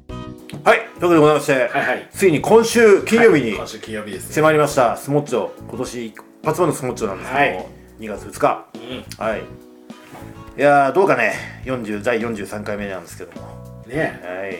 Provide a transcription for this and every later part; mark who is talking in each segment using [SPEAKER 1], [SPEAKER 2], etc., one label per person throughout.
[SPEAKER 1] ということでございまして、
[SPEAKER 2] はいはい
[SPEAKER 1] ついに今週金曜日に
[SPEAKER 2] 今週金曜日ですね
[SPEAKER 1] 迫りましたスモッチョ今年一発目のスモッチョなんですけども、2月2日はいいやーどうかね40第43回目なんですけども
[SPEAKER 2] ね
[SPEAKER 1] はい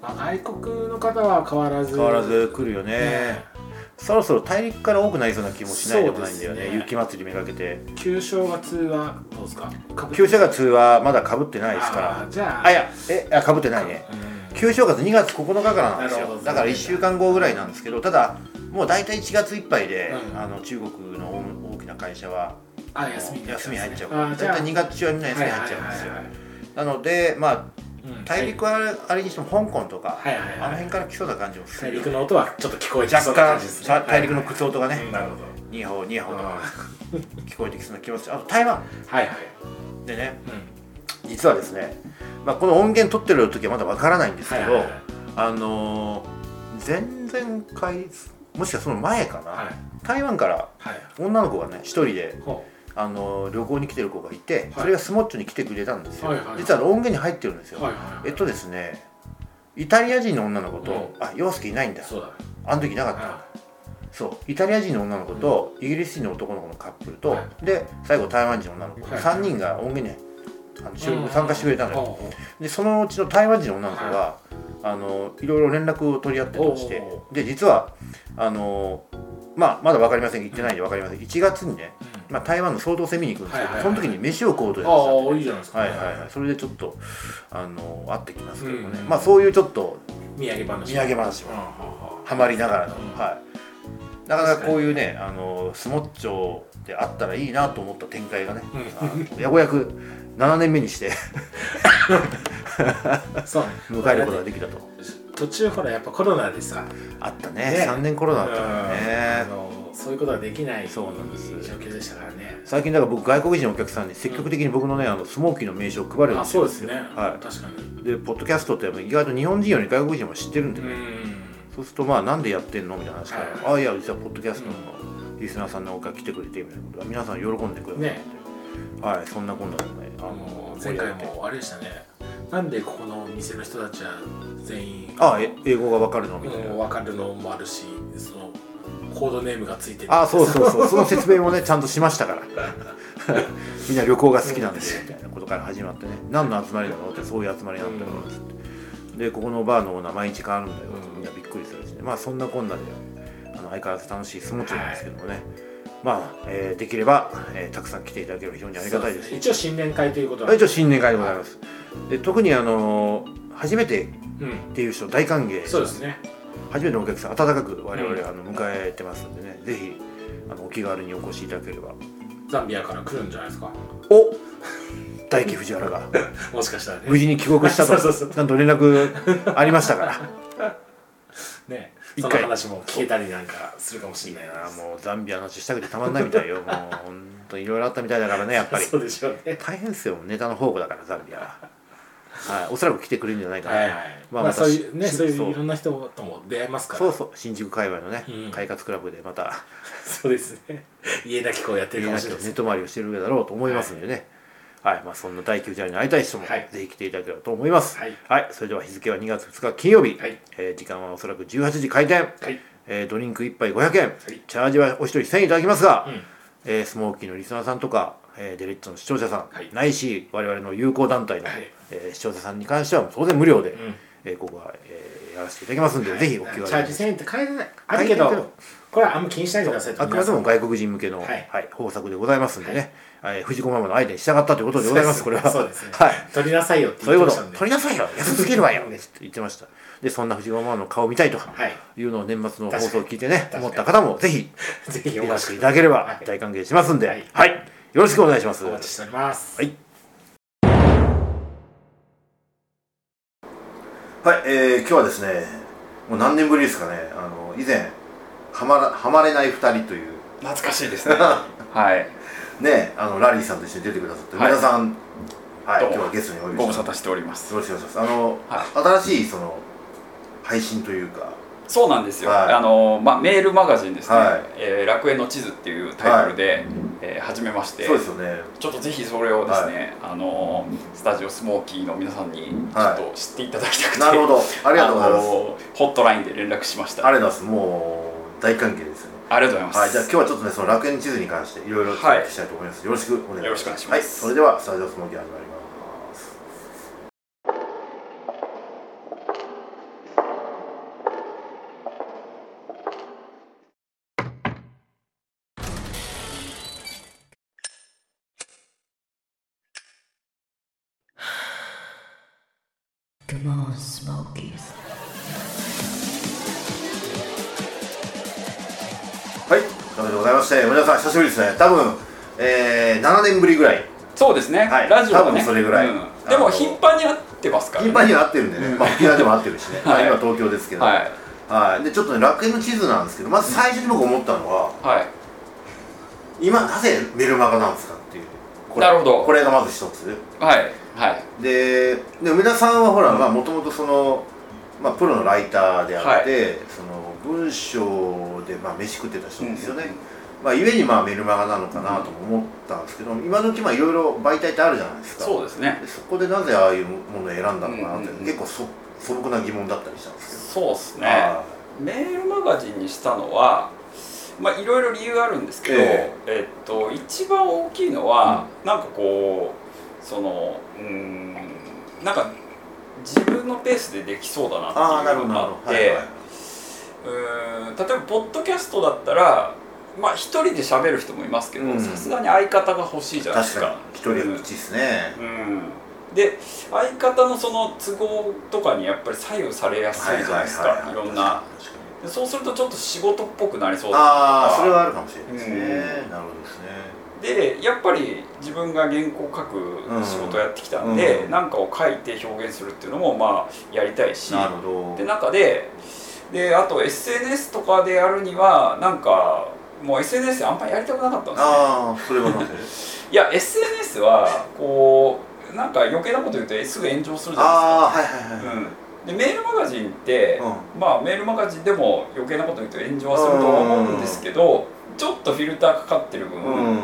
[SPEAKER 2] まあ、外国の方は変わらず
[SPEAKER 1] 変わらず来るよね、
[SPEAKER 2] ね
[SPEAKER 1] そろそろ大陸から多くなりそうな気もしないでもないんだよ
[SPEAKER 2] そう
[SPEAKER 1] ね
[SPEAKER 2] ですね
[SPEAKER 1] 雪祭りめがけて
[SPEAKER 2] 旧正月はどうですか
[SPEAKER 1] 旧正月はまだかぶってないですから
[SPEAKER 2] あーじゃあ
[SPEAKER 1] あいやえあかぶってないね
[SPEAKER 2] うん
[SPEAKER 1] 旧正月2月9日からなんです
[SPEAKER 2] なるほ
[SPEAKER 1] よ
[SPEAKER 2] ど
[SPEAKER 1] だから1週間後ぐらいなんですけどただもう大体1月いっぱいで、
[SPEAKER 2] うん
[SPEAKER 1] あの中国の大大きな会社は
[SPEAKER 2] あ
[SPEAKER 1] もう
[SPEAKER 2] 休み
[SPEAKER 1] 休み入っちゃう
[SPEAKER 2] あーじゃあ
[SPEAKER 1] 大体2月中はみんな休み入っちゃうんですよなのでまあ大陸はあれあれにしても香港とか、
[SPEAKER 2] はいはいはい
[SPEAKER 1] あの辺から来そうな感じもす
[SPEAKER 2] 大
[SPEAKER 1] る
[SPEAKER 2] 陸の音はちょっと聞こえちゃ
[SPEAKER 1] 若
[SPEAKER 2] う感
[SPEAKER 1] 干
[SPEAKER 2] じですね
[SPEAKER 1] さ大陸の
[SPEAKER 2] は
[SPEAKER 1] 靴音がね、
[SPEAKER 2] いはいうんなるほど
[SPEAKER 1] ニーホーニーホーと
[SPEAKER 2] あ
[SPEAKER 1] か聞こえてきそうな気もするあと台湾
[SPEAKER 2] ーはいはい
[SPEAKER 1] でね
[SPEAKER 2] うん
[SPEAKER 1] 実はですね、まあ、この音源取ってる時はまだわからないんですけど、
[SPEAKER 2] はいはいはい
[SPEAKER 1] あのー前々回もしかその前かな、
[SPEAKER 2] はい
[SPEAKER 1] 台湾から
[SPEAKER 2] はい
[SPEAKER 1] 女の子がね一人で、
[SPEAKER 2] ほ
[SPEAKER 1] あのー旅行に来てる子がいて、
[SPEAKER 2] はい
[SPEAKER 1] それがスモッチョに来てくれたんですよ、
[SPEAKER 2] はいはい
[SPEAKER 1] 実は音源に入ってるんです
[SPEAKER 2] う
[SPEAKER 1] よ、
[SPEAKER 2] はいはいは
[SPEAKER 1] え
[SPEAKER 2] い
[SPEAKER 1] っとですねイタリア人の女の子と、あ洋介いないんだ
[SPEAKER 2] そうだね
[SPEAKER 1] あの時なかった、
[SPEAKER 2] あ
[SPEAKER 1] そうイタリア人の女の子と、イギリス人の男の子のカップルと、
[SPEAKER 2] は
[SPEAKER 1] で最後台湾人の女の子、
[SPEAKER 2] はい
[SPEAKER 1] 3人が音源にあの収録参加してくれたのよ、
[SPEAKER 2] よ
[SPEAKER 1] でそのうちの台湾人の女の子が、あのいろいろ連絡を取り合ってまして
[SPEAKER 2] おうおうお
[SPEAKER 1] で実はあの、まあ、まだ分かりません言ってないんで分かりません1月にね、まあ、台湾の総統選見に行くんですけど、
[SPEAKER 2] はいはい
[SPEAKER 1] そ
[SPEAKER 2] はい
[SPEAKER 1] の時に飯を食おうとやってたんで
[SPEAKER 2] ああいいじゃないですか
[SPEAKER 1] はいはいはい、それでちょっとあの会ってきますけどもね、
[SPEAKER 2] うん
[SPEAKER 1] まあ、そういうちょっと
[SPEAKER 2] 土産話
[SPEAKER 1] 土産話も
[SPEAKER 2] うんは
[SPEAKER 1] ハマりながらの、
[SPEAKER 2] うん
[SPEAKER 1] はい、なかなかこういうねあのスモッチョであったらいいなと思った展開がね、
[SPEAKER 2] う
[SPEAKER 1] あのやごやく7年目にして
[SPEAKER 2] いはいそうね
[SPEAKER 1] 迎えることができたと。
[SPEAKER 2] 途中ほらやっぱコロナでさ
[SPEAKER 1] あった
[SPEAKER 2] ね
[SPEAKER 1] ね三3年コロナだったから
[SPEAKER 2] あ
[SPEAKER 1] ね
[SPEAKER 2] のそういうことはできない
[SPEAKER 1] そうなんです
[SPEAKER 2] 状況でしたからね
[SPEAKER 1] 最近だから僕外国人のお客さんに積極的に僕のねあのスモーキーの名刺を配るん
[SPEAKER 2] あ
[SPEAKER 1] です
[SPEAKER 2] そう
[SPEAKER 1] よ
[SPEAKER 2] ですね
[SPEAKER 1] は
[SPEAKER 2] 確かに
[SPEAKER 1] でポッドキャストって意外と日本人より外国人も知ってるんで
[SPEAKER 2] う
[SPEAKER 1] ね
[SPEAKER 2] ん
[SPEAKER 1] そうするとまあなんでやってんのみたいな話から「あいや実はポッドキャストのリスナーさんのおか来てくれて」みたいなことが皆さん喜んでくれて、
[SPEAKER 2] ね
[SPEAKER 1] はいそんなこんなでねあ
[SPEAKER 2] あの前回もあれでしたねなんでここの店の人たちは全員
[SPEAKER 1] あえ英語がわかるのみたいな、
[SPEAKER 2] もう分かるのもあるしそのコードネームがついてる
[SPEAKER 1] あそうそうそうその説明もねちゃんとしましたから みんな旅行が好きなんですよみたいなことから始まってね何の集まりだろうってそういう集まりなんだろうっつってでここのバーのオーナー毎日変わるんだよってみんなびっくりするしねまあそんなこんなであの相変わらず楽しい相撲町なんですけどもね、まあ、えーできれば、えーたくさん来ていただければ非常にありがたいです
[SPEAKER 2] そうね一応新年会ということ
[SPEAKER 1] はい
[SPEAKER 2] で
[SPEAKER 1] 一応新年会でございますで特にあのー初めて
[SPEAKER 2] うん
[SPEAKER 1] っていう人大歓迎
[SPEAKER 2] そうですね
[SPEAKER 1] 初めてのお客さん温かく我々、
[SPEAKER 2] うん
[SPEAKER 1] あの迎えてますんでねぜひあのお気軽にお越しいただければ
[SPEAKER 2] ザンビアから来るんじゃないですか
[SPEAKER 1] お大輝藤原が
[SPEAKER 2] もしかしたら
[SPEAKER 1] 無
[SPEAKER 2] ね
[SPEAKER 1] 事に帰国した
[SPEAKER 2] そうそうそ
[SPEAKER 1] と
[SPEAKER 2] う
[SPEAKER 1] なんと連絡ありました から
[SPEAKER 2] ね
[SPEAKER 1] 一
[SPEAKER 2] そ
[SPEAKER 1] 回
[SPEAKER 2] の話も聞けたりなんかするかもしれないな
[SPEAKER 1] あーもうザンビアの話したくてたまんないみたいよもう本当いろいろあったみたいだからねやっぱり
[SPEAKER 2] そうでしょうね
[SPEAKER 1] 大変ですよネタの宝庫だからザンビアは、はい、おそらく来てくれるんじゃないかな、
[SPEAKER 2] はいはい
[SPEAKER 1] ま
[SPEAKER 2] ま
[SPEAKER 1] あ
[SPEAKER 2] あ、
[SPEAKER 1] また
[SPEAKER 2] そういうね
[SPEAKER 1] し
[SPEAKER 2] そうい
[SPEAKER 1] そう
[SPEAKER 2] ういろんな人とも出会えますから
[SPEAKER 1] そうそう新宿界隈のね、
[SPEAKER 2] うん
[SPEAKER 1] 快活クラブでまた
[SPEAKER 2] そうですね 家だけこうやってるかもしれないです
[SPEAKER 1] ネット回りをしてるだろうと思いますんでね、はいまあ、そんな第9ジャーに会いたい人も、
[SPEAKER 2] はい
[SPEAKER 1] ぜひ来ていただければと思います、
[SPEAKER 2] はい
[SPEAKER 1] それでは日付は2月2日金曜日、
[SPEAKER 2] はい
[SPEAKER 1] えー時間はおそらく18時開店、
[SPEAKER 2] はい
[SPEAKER 1] えードリンク1杯500円、
[SPEAKER 2] い
[SPEAKER 1] チャージはお一人1000円いただきますが、
[SPEAKER 2] うん
[SPEAKER 1] えースモーキーのリスナーさんとか、えーデレッチの視聴者さん、
[SPEAKER 2] はい
[SPEAKER 1] ないし我々の友好団体の、
[SPEAKER 2] はい
[SPEAKER 1] えー視聴者さんに関しては当然無料で、
[SPEAKER 2] ん
[SPEAKER 1] えーここは、えーやらせていただきますんで、ぜひお気軽に
[SPEAKER 2] チャージ1000円って変えれないあ
[SPEAKER 1] 変え
[SPEAKER 2] る
[SPEAKER 1] れ
[SPEAKER 2] け
[SPEAKER 1] ないけど
[SPEAKER 2] どこれはあんま気にしないでくださいと
[SPEAKER 1] あくまでも外国人向けの、は
[SPEAKER 2] はいい
[SPEAKER 1] 方策でございますんでね、はい藤子ママのアイデアに従ったということでございます、これは。
[SPEAKER 2] そうですね、
[SPEAKER 1] はい。
[SPEAKER 2] 取りなさいよって
[SPEAKER 1] そういう
[SPEAKER 2] 言っ
[SPEAKER 1] こ
[SPEAKER 2] て
[SPEAKER 1] と
[SPEAKER 2] ましたん、で
[SPEAKER 1] 取りなさいよ、安すぎるわよって言ってました。で、そんな藤子ママの顔を見たいと
[SPEAKER 2] はい
[SPEAKER 1] いうのを年末の放
[SPEAKER 2] 確かに
[SPEAKER 1] 送を聞いてね、
[SPEAKER 2] かに
[SPEAKER 1] 思った方もぜひ、
[SPEAKER 2] ぜひお
[SPEAKER 1] いら
[SPEAKER 2] 待ち
[SPEAKER 1] してい
[SPEAKER 2] く
[SPEAKER 1] た
[SPEAKER 2] だ
[SPEAKER 1] だければ
[SPEAKER 2] はい
[SPEAKER 1] 大歓迎しますんで、は
[SPEAKER 2] はいい、
[SPEAKER 1] よろしくお願いします。
[SPEAKER 2] お
[SPEAKER 1] は
[SPEAKER 2] 待ちしております、
[SPEAKER 1] い。はい、えー、今日はですね、もう何年ぶりですかね、あの、以前、はまら、はまれない二人という、
[SPEAKER 3] 懐かしいですねはい
[SPEAKER 1] ね、あのラリーさんと一緒に出てくださって、
[SPEAKER 3] はい
[SPEAKER 1] 梅田さん、はい、
[SPEAKER 3] どう
[SPEAKER 1] 今
[SPEAKER 3] も
[SPEAKER 1] 日はゲストにお呼び
[SPEAKER 3] ご無
[SPEAKER 1] し
[SPEAKER 3] 沙
[SPEAKER 1] て、よ
[SPEAKER 3] 汰しております
[SPEAKER 1] ろしくお願いします。あの、
[SPEAKER 3] は
[SPEAKER 1] 新しいその配信というか、
[SPEAKER 3] そうなんですよ、
[SPEAKER 1] はい
[SPEAKER 3] あのまあ、メールマガジンですね、
[SPEAKER 1] はい
[SPEAKER 3] えー楽園の地図」っていうタイトルで、えー、初めまして
[SPEAKER 1] そうですよね
[SPEAKER 3] ちょっとぜひそれをですね、あのースタジオスモーキーの皆さんにちょ
[SPEAKER 1] はい
[SPEAKER 3] っと知っていただきたくて、
[SPEAKER 1] なるほど ありがとうございます、
[SPEAKER 3] あのーホットラインで連絡しました
[SPEAKER 1] ありがとうございますもう大歓迎ですよね
[SPEAKER 3] ありがとうございます、
[SPEAKER 1] はい、じゃあ今日はちょっとねその楽園地図に関していろいろお聞きしたいと思います、よろしくお願いします
[SPEAKER 3] よろしくお願いしま
[SPEAKER 1] は
[SPEAKER 3] す
[SPEAKER 1] い、それではスタジオスモーキー始まりますはいということでございまして皆さん久しぶりですね多分えー、7年ぶりぐらい
[SPEAKER 3] そうですね、
[SPEAKER 1] はい
[SPEAKER 3] ラジオは
[SPEAKER 1] 多
[SPEAKER 3] ね
[SPEAKER 1] 分それぐらい
[SPEAKER 3] うん
[SPEAKER 1] あの
[SPEAKER 3] でも頻繁に会ってますから、ね、
[SPEAKER 1] 頻繁には会ってるんでね、まあ、沖縄でも会ってるしね、
[SPEAKER 3] はい
[SPEAKER 1] まあ今東京ですけど、
[SPEAKER 3] はい
[SPEAKER 1] はいでちょっとね楽園の地図なんですけどまず最初に僕思ったのは、
[SPEAKER 3] はい
[SPEAKER 1] 今なぜメルマガなんですかっていうこれ
[SPEAKER 3] なるほど
[SPEAKER 1] これがまず一つ
[SPEAKER 3] はいはい
[SPEAKER 1] でで梅田さんはほらもともとその、まあ、プロのライターであって、その文章で、まあ、飯食ってた人ですよね、
[SPEAKER 3] うんうん
[SPEAKER 1] まあ、ゆえにまあメルマガなのかなとも思ったんですけど、今のうちまあいろいろ媒体ってあるじゃないですか
[SPEAKER 3] そうですね
[SPEAKER 1] でそこでなぜああいうものを選んだのかなって、
[SPEAKER 3] うんうんうん
[SPEAKER 1] 結構そ素朴な疑問だったりしたんです
[SPEAKER 3] そうです
[SPEAKER 1] けど、
[SPEAKER 3] ね
[SPEAKER 1] あ
[SPEAKER 3] メールマガジンにしたのはまあいろいろ理由があるんですけど、
[SPEAKER 1] え
[SPEAKER 3] えっと一番大きいのは、なんかこうそのうーんなんか自分のペースでできそうだな
[SPEAKER 1] あー
[SPEAKER 3] っ
[SPEAKER 1] なる
[SPEAKER 3] てい
[SPEAKER 1] ほど
[SPEAKER 3] うの
[SPEAKER 1] なる
[SPEAKER 3] があ
[SPEAKER 1] ほ
[SPEAKER 3] っ
[SPEAKER 1] ど
[SPEAKER 3] て、
[SPEAKER 1] はいはいう
[SPEAKER 3] ーん例えばポッドキャストだったらまあ一人で喋る人もいますけ
[SPEAKER 1] う
[SPEAKER 3] ど
[SPEAKER 1] ん
[SPEAKER 3] さすがに相方が欲しいじゃないです
[SPEAKER 1] 確
[SPEAKER 3] か
[SPEAKER 1] かに一人口ですね、
[SPEAKER 3] うんで相方のその都合とかにやっぱり左右されやすいじゃないです
[SPEAKER 1] はは
[SPEAKER 3] かいろんな
[SPEAKER 1] 確かに
[SPEAKER 3] でそうするとちょっと仕事っぽくなりそう
[SPEAKER 1] ああ
[SPEAKER 3] あー
[SPEAKER 1] それはあるかもしれないですね、
[SPEAKER 3] うん
[SPEAKER 1] なるほどですね
[SPEAKER 3] でやっぱり自分が原稿を書く仕事をやってきたん
[SPEAKER 1] うん
[SPEAKER 3] で
[SPEAKER 1] うん
[SPEAKER 3] 何、なん、かを書いて表現するっていうのもまあやりたいし
[SPEAKER 1] なるほど
[SPEAKER 3] で中でであと SNS とかでやるにはなんかもう SNS あんまりやりたくなかったんですね
[SPEAKER 1] ああそれはなぜ
[SPEAKER 3] いや SNS はこうなんか余計なこと言うとすぐ炎上するじゃ
[SPEAKER 1] ああはいはい
[SPEAKER 3] ないです
[SPEAKER 1] はい、
[SPEAKER 3] かうん、でメールマガジンって、
[SPEAKER 1] う
[SPEAKER 3] まあメールマガジンでも余計なこと言うと炎上はすると思うんですけどちょっとフィルターかかってる分、
[SPEAKER 1] うん、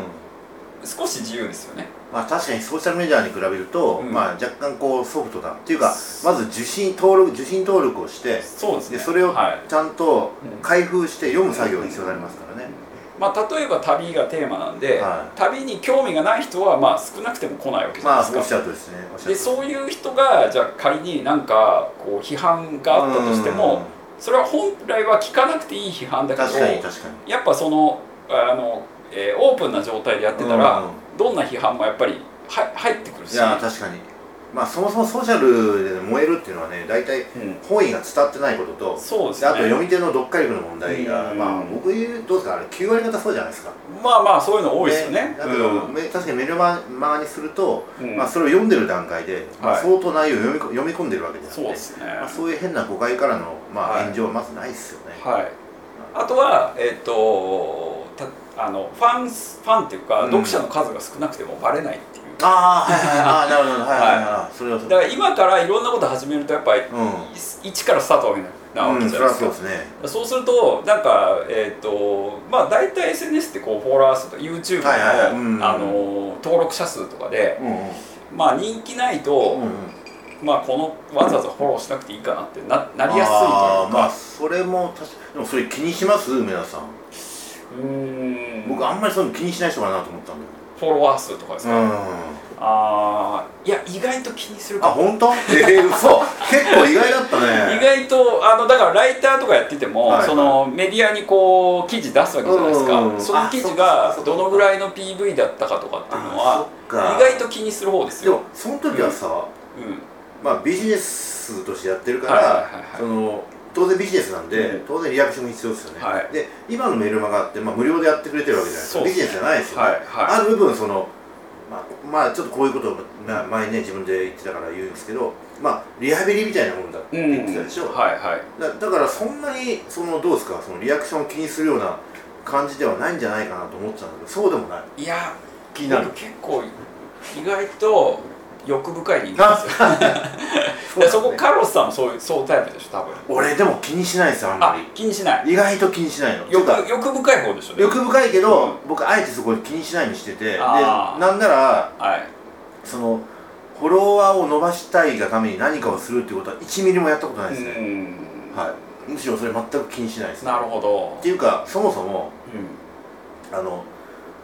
[SPEAKER 3] 少し自由ですよね
[SPEAKER 1] まあ確かにソーシャルメディアに比べると、
[SPEAKER 3] うん
[SPEAKER 1] まあ若干こうソフトだっていうかまず受信登録受信登録をして
[SPEAKER 3] そうです
[SPEAKER 1] で
[SPEAKER 3] ね
[SPEAKER 1] それを
[SPEAKER 3] はい
[SPEAKER 1] ちゃんと
[SPEAKER 3] うん
[SPEAKER 1] 開封して読む作業が必要になりますからね、
[SPEAKER 3] まあ、例えば旅がテーマなんで、
[SPEAKER 1] は
[SPEAKER 3] 旅に興味がない人はまあ少なくても来ないわけじゃ
[SPEAKER 1] ま
[SPEAKER 3] な
[SPEAKER 1] あ
[SPEAKER 3] い
[SPEAKER 1] お
[SPEAKER 3] で
[SPEAKER 1] っ
[SPEAKER 3] す
[SPEAKER 1] し
[SPEAKER 3] か。
[SPEAKER 1] ゃるとですねおっしゃ
[SPEAKER 3] で
[SPEAKER 1] ると
[SPEAKER 3] そういう人がじゃあ仮になんかこう批判があったとしてもそれは本来は聞かなくていい批判
[SPEAKER 1] う
[SPEAKER 3] だ
[SPEAKER 1] ん
[SPEAKER 3] けど
[SPEAKER 1] 確かに確かに
[SPEAKER 3] やっぱそのあの、えーオープンな状態でやってたら、
[SPEAKER 1] うん
[SPEAKER 3] どんな批判もやっぱりは入ってくる
[SPEAKER 1] い
[SPEAKER 3] し、
[SPEAKER 1] や確かにまあそもそもソーシャルで燃えるっていうのはね大体
[SPEAKER 3] うん
[SPEAKER 1] 本意が伝わってないことと
[SPEAKER 3] そうです
[SPEAKER 1] で
[SPEAKER 3] ね
[SPEAKER 1] あと読み手の読解力の問題が、
[SPEAKER 3] うん
[SPEAKER 1] まあ僕言うどうですかあれ9割方そうじゃないですか
[SPEAKER 3] まあまあそういうの多いですよね
[SPEAKER 1] だ
[SPEAKER 3] う
[SPEAKER 1] けど、
[SPEAKER 3] ん
[SPEAKER 1] め確かにメルマガにすると、
[SPEAKER 3] うん
[SPEAKER 1] まあ、それを読んでる段階で、まあ
[SPEAKER 3] はい
[SPEAKER 1] 相当内容を読みこ読み込んでるわけじゃな
[SPEAKER 3] そうですね、
[SPEAKER 1] まあ、そういう変な誤解からの、まあ、
[SPEAKER 3] はい
[SPEAKER 1] 炎上はまずないですよね、
[SPEAKER 3] はい、あとは、えっとたあのファンスファンっていうか、
[SPEAKER 1] うん
[SPEAKER 3] 読者の数が少なくてもバレないっていうだか
[SPEAKER 1] ああはいはいああなるほどはいはいはい、それはそう
[SPEAKER 3] ら今からいろんなこと始めるとやっぱりい一からスタートな
[SPEAKER 1] う
[SPEAKER 3] わ
[SPEAKER 1] ん、う
[SPEAKER 3] け
[SPEAKER 1] ん、
[SPEAKER 3] じ
[SPEAKER 1] そ
[SPEAKER 3] ゃ
[SPEAKER 1] れ
[SPEAKER 3] ない
[SPEAKER 1] は
[SPEAKER 3] ですか、
[SPEAKER 1] そうですね
[SPEAKER 3] そうするとなんかえっ、とまあ大体 SNS ってこうフォロワー数とか YouTube の、
[SPEAKER 1] はいはいはいうん
[SPEAKER 3] あの登録者数とかで
[SPEAKER 1] うんうん
[SPEAKER 3] まあ人気ないと、
[SPEAKER 1] うんうん
[SPEAKER 3] まあこのわざわざフォローしなくていいかなってななりやすいと
[SPEAKER 1] あ
[SPEAKER 3] い
[SPEAKER 1] ー
[SPEAKER 3] うか、
[SPEAKER 1] まあそれも確かでもそれ気にします梅田さん、
[SPEAKER 3] うーん
[SPEAKER 1] 僕あんまりそういうの気にしない人かなと思ったんだよ
[SPEAKER 3] フォロワー数とかですか、
[SPEAKER 1] うん
[SPEAKER 3] ああいや意外と気にする
[SPEAKER 1] あ
[SPEAKER 3] かも
[SPEAKER 1] 本 当？えー、嘘。結構意外だったね。
[SPEAKER 3] 意外とあのだからライターとかやってても、
[SPEAKER 1] はいはい
[SPEAKER 3] そのメディアにこう記事出すわけじゃないですか、
[SPEAKER 1] うん
[SPEAKER 3] その記事
[SPEAKER 1] あそっ
[SPEAKER 3] が
[SPEAKER 1] かそっか
[SPEAKER 3] どのぐらいの PV だったかとかっていうの
[SPEAKER 1] あ
[SPEAKER 3] は
[SPEAKER 1] そっか
[SPEAKER 3] 意外と気にする方です
[SPEAKER 1] で
[SPEAKER 3] よ
[SPEAKER 1] も、その時はさ、
[SPEAKER 3] うん、
[SPEAKER 1] まあビジネスとしてやってるから、
[SPEAKER 3] はいはいはい
[SPEAKER 1] その当然ビジネスなんで、
[SPEAKER 3] うん
[SPEAKER 1] 当然リアクションも必要ですよね。
[SPEAKER 3] はい
[SPEAKER 1] で今のメルマガってまあ無料でやってくれてるわけじゃないです
[SPEAKER 3] そ
[SPEAKER 1] か。
[SPEAKER 3] う
[SPEAKER 1] ビ
[SPEAKER 3] で
[SPEAKER 1] ジ
[SPEAKER 3] す
[SPEAKER 1] ネス
[SPEAKER 3] ね
[SPEAKER 1] じゃないですよ、ね
[SPEAKER 3] はいはい
[SPEAKER 1] ある部分その。まあ、まあちょっとこういうことを、まあ、前ね自分で言ってたから言うんですけど、まあ、リハビリみたいなもんだって言ってたでしょ、
[SPEAKER 3] はいはい
[SPEAKER 1] だだからそんなにそのどうですかそのリアクションを気にするような感じではないんじゃないかなと思ってたんだけどそうでもない
[SPEAKER 3] いや
[SPEAKER 1] 気になる
[SPEAKER 3] 僕結構意外と欲深い人間ですよ
[SPEAKER 1] うだ
[SPEAKER 3] で
[SPEAKER 1] ね
[SPEAKER 3] そこカロスさんもそういうそうタイプでしょ多分
[SPEAKER 1] 俺でも気にしないですよあんま
[SPEAKER 3] あ
[SPEAKER 1] り
[SPEAKER 3] 気にしない
[SPEAKER 1] 意外と気にしないの
[SPEAKER 3] 欲
[SPEAKER 1] てか
[SPEAKER 3] 欲深い方でしょでも
[SPEAKER 1] 欲深いけど、僕あえてそこ気にしないにしててで
[SPEAKER 3] あー
[SPEAKER 1] なんなら
[SPEAKER 3] はい
[SPEAKER 1] そのフォロワーを伸ばしたいがために何かをするっていうことは1ミリもやったことな
[SPEAKER 3] う
[SPEAKER 1] いですね、
[SPEAKER 3] ん
[SPEAKER 1] はい、むしろそれ全く気にしないですね
[SPEAKER 3] なるほど
[SPEAKER 1] っていうかそもそも
[SPEAKER 3] うん
[SPEAKER 1] あの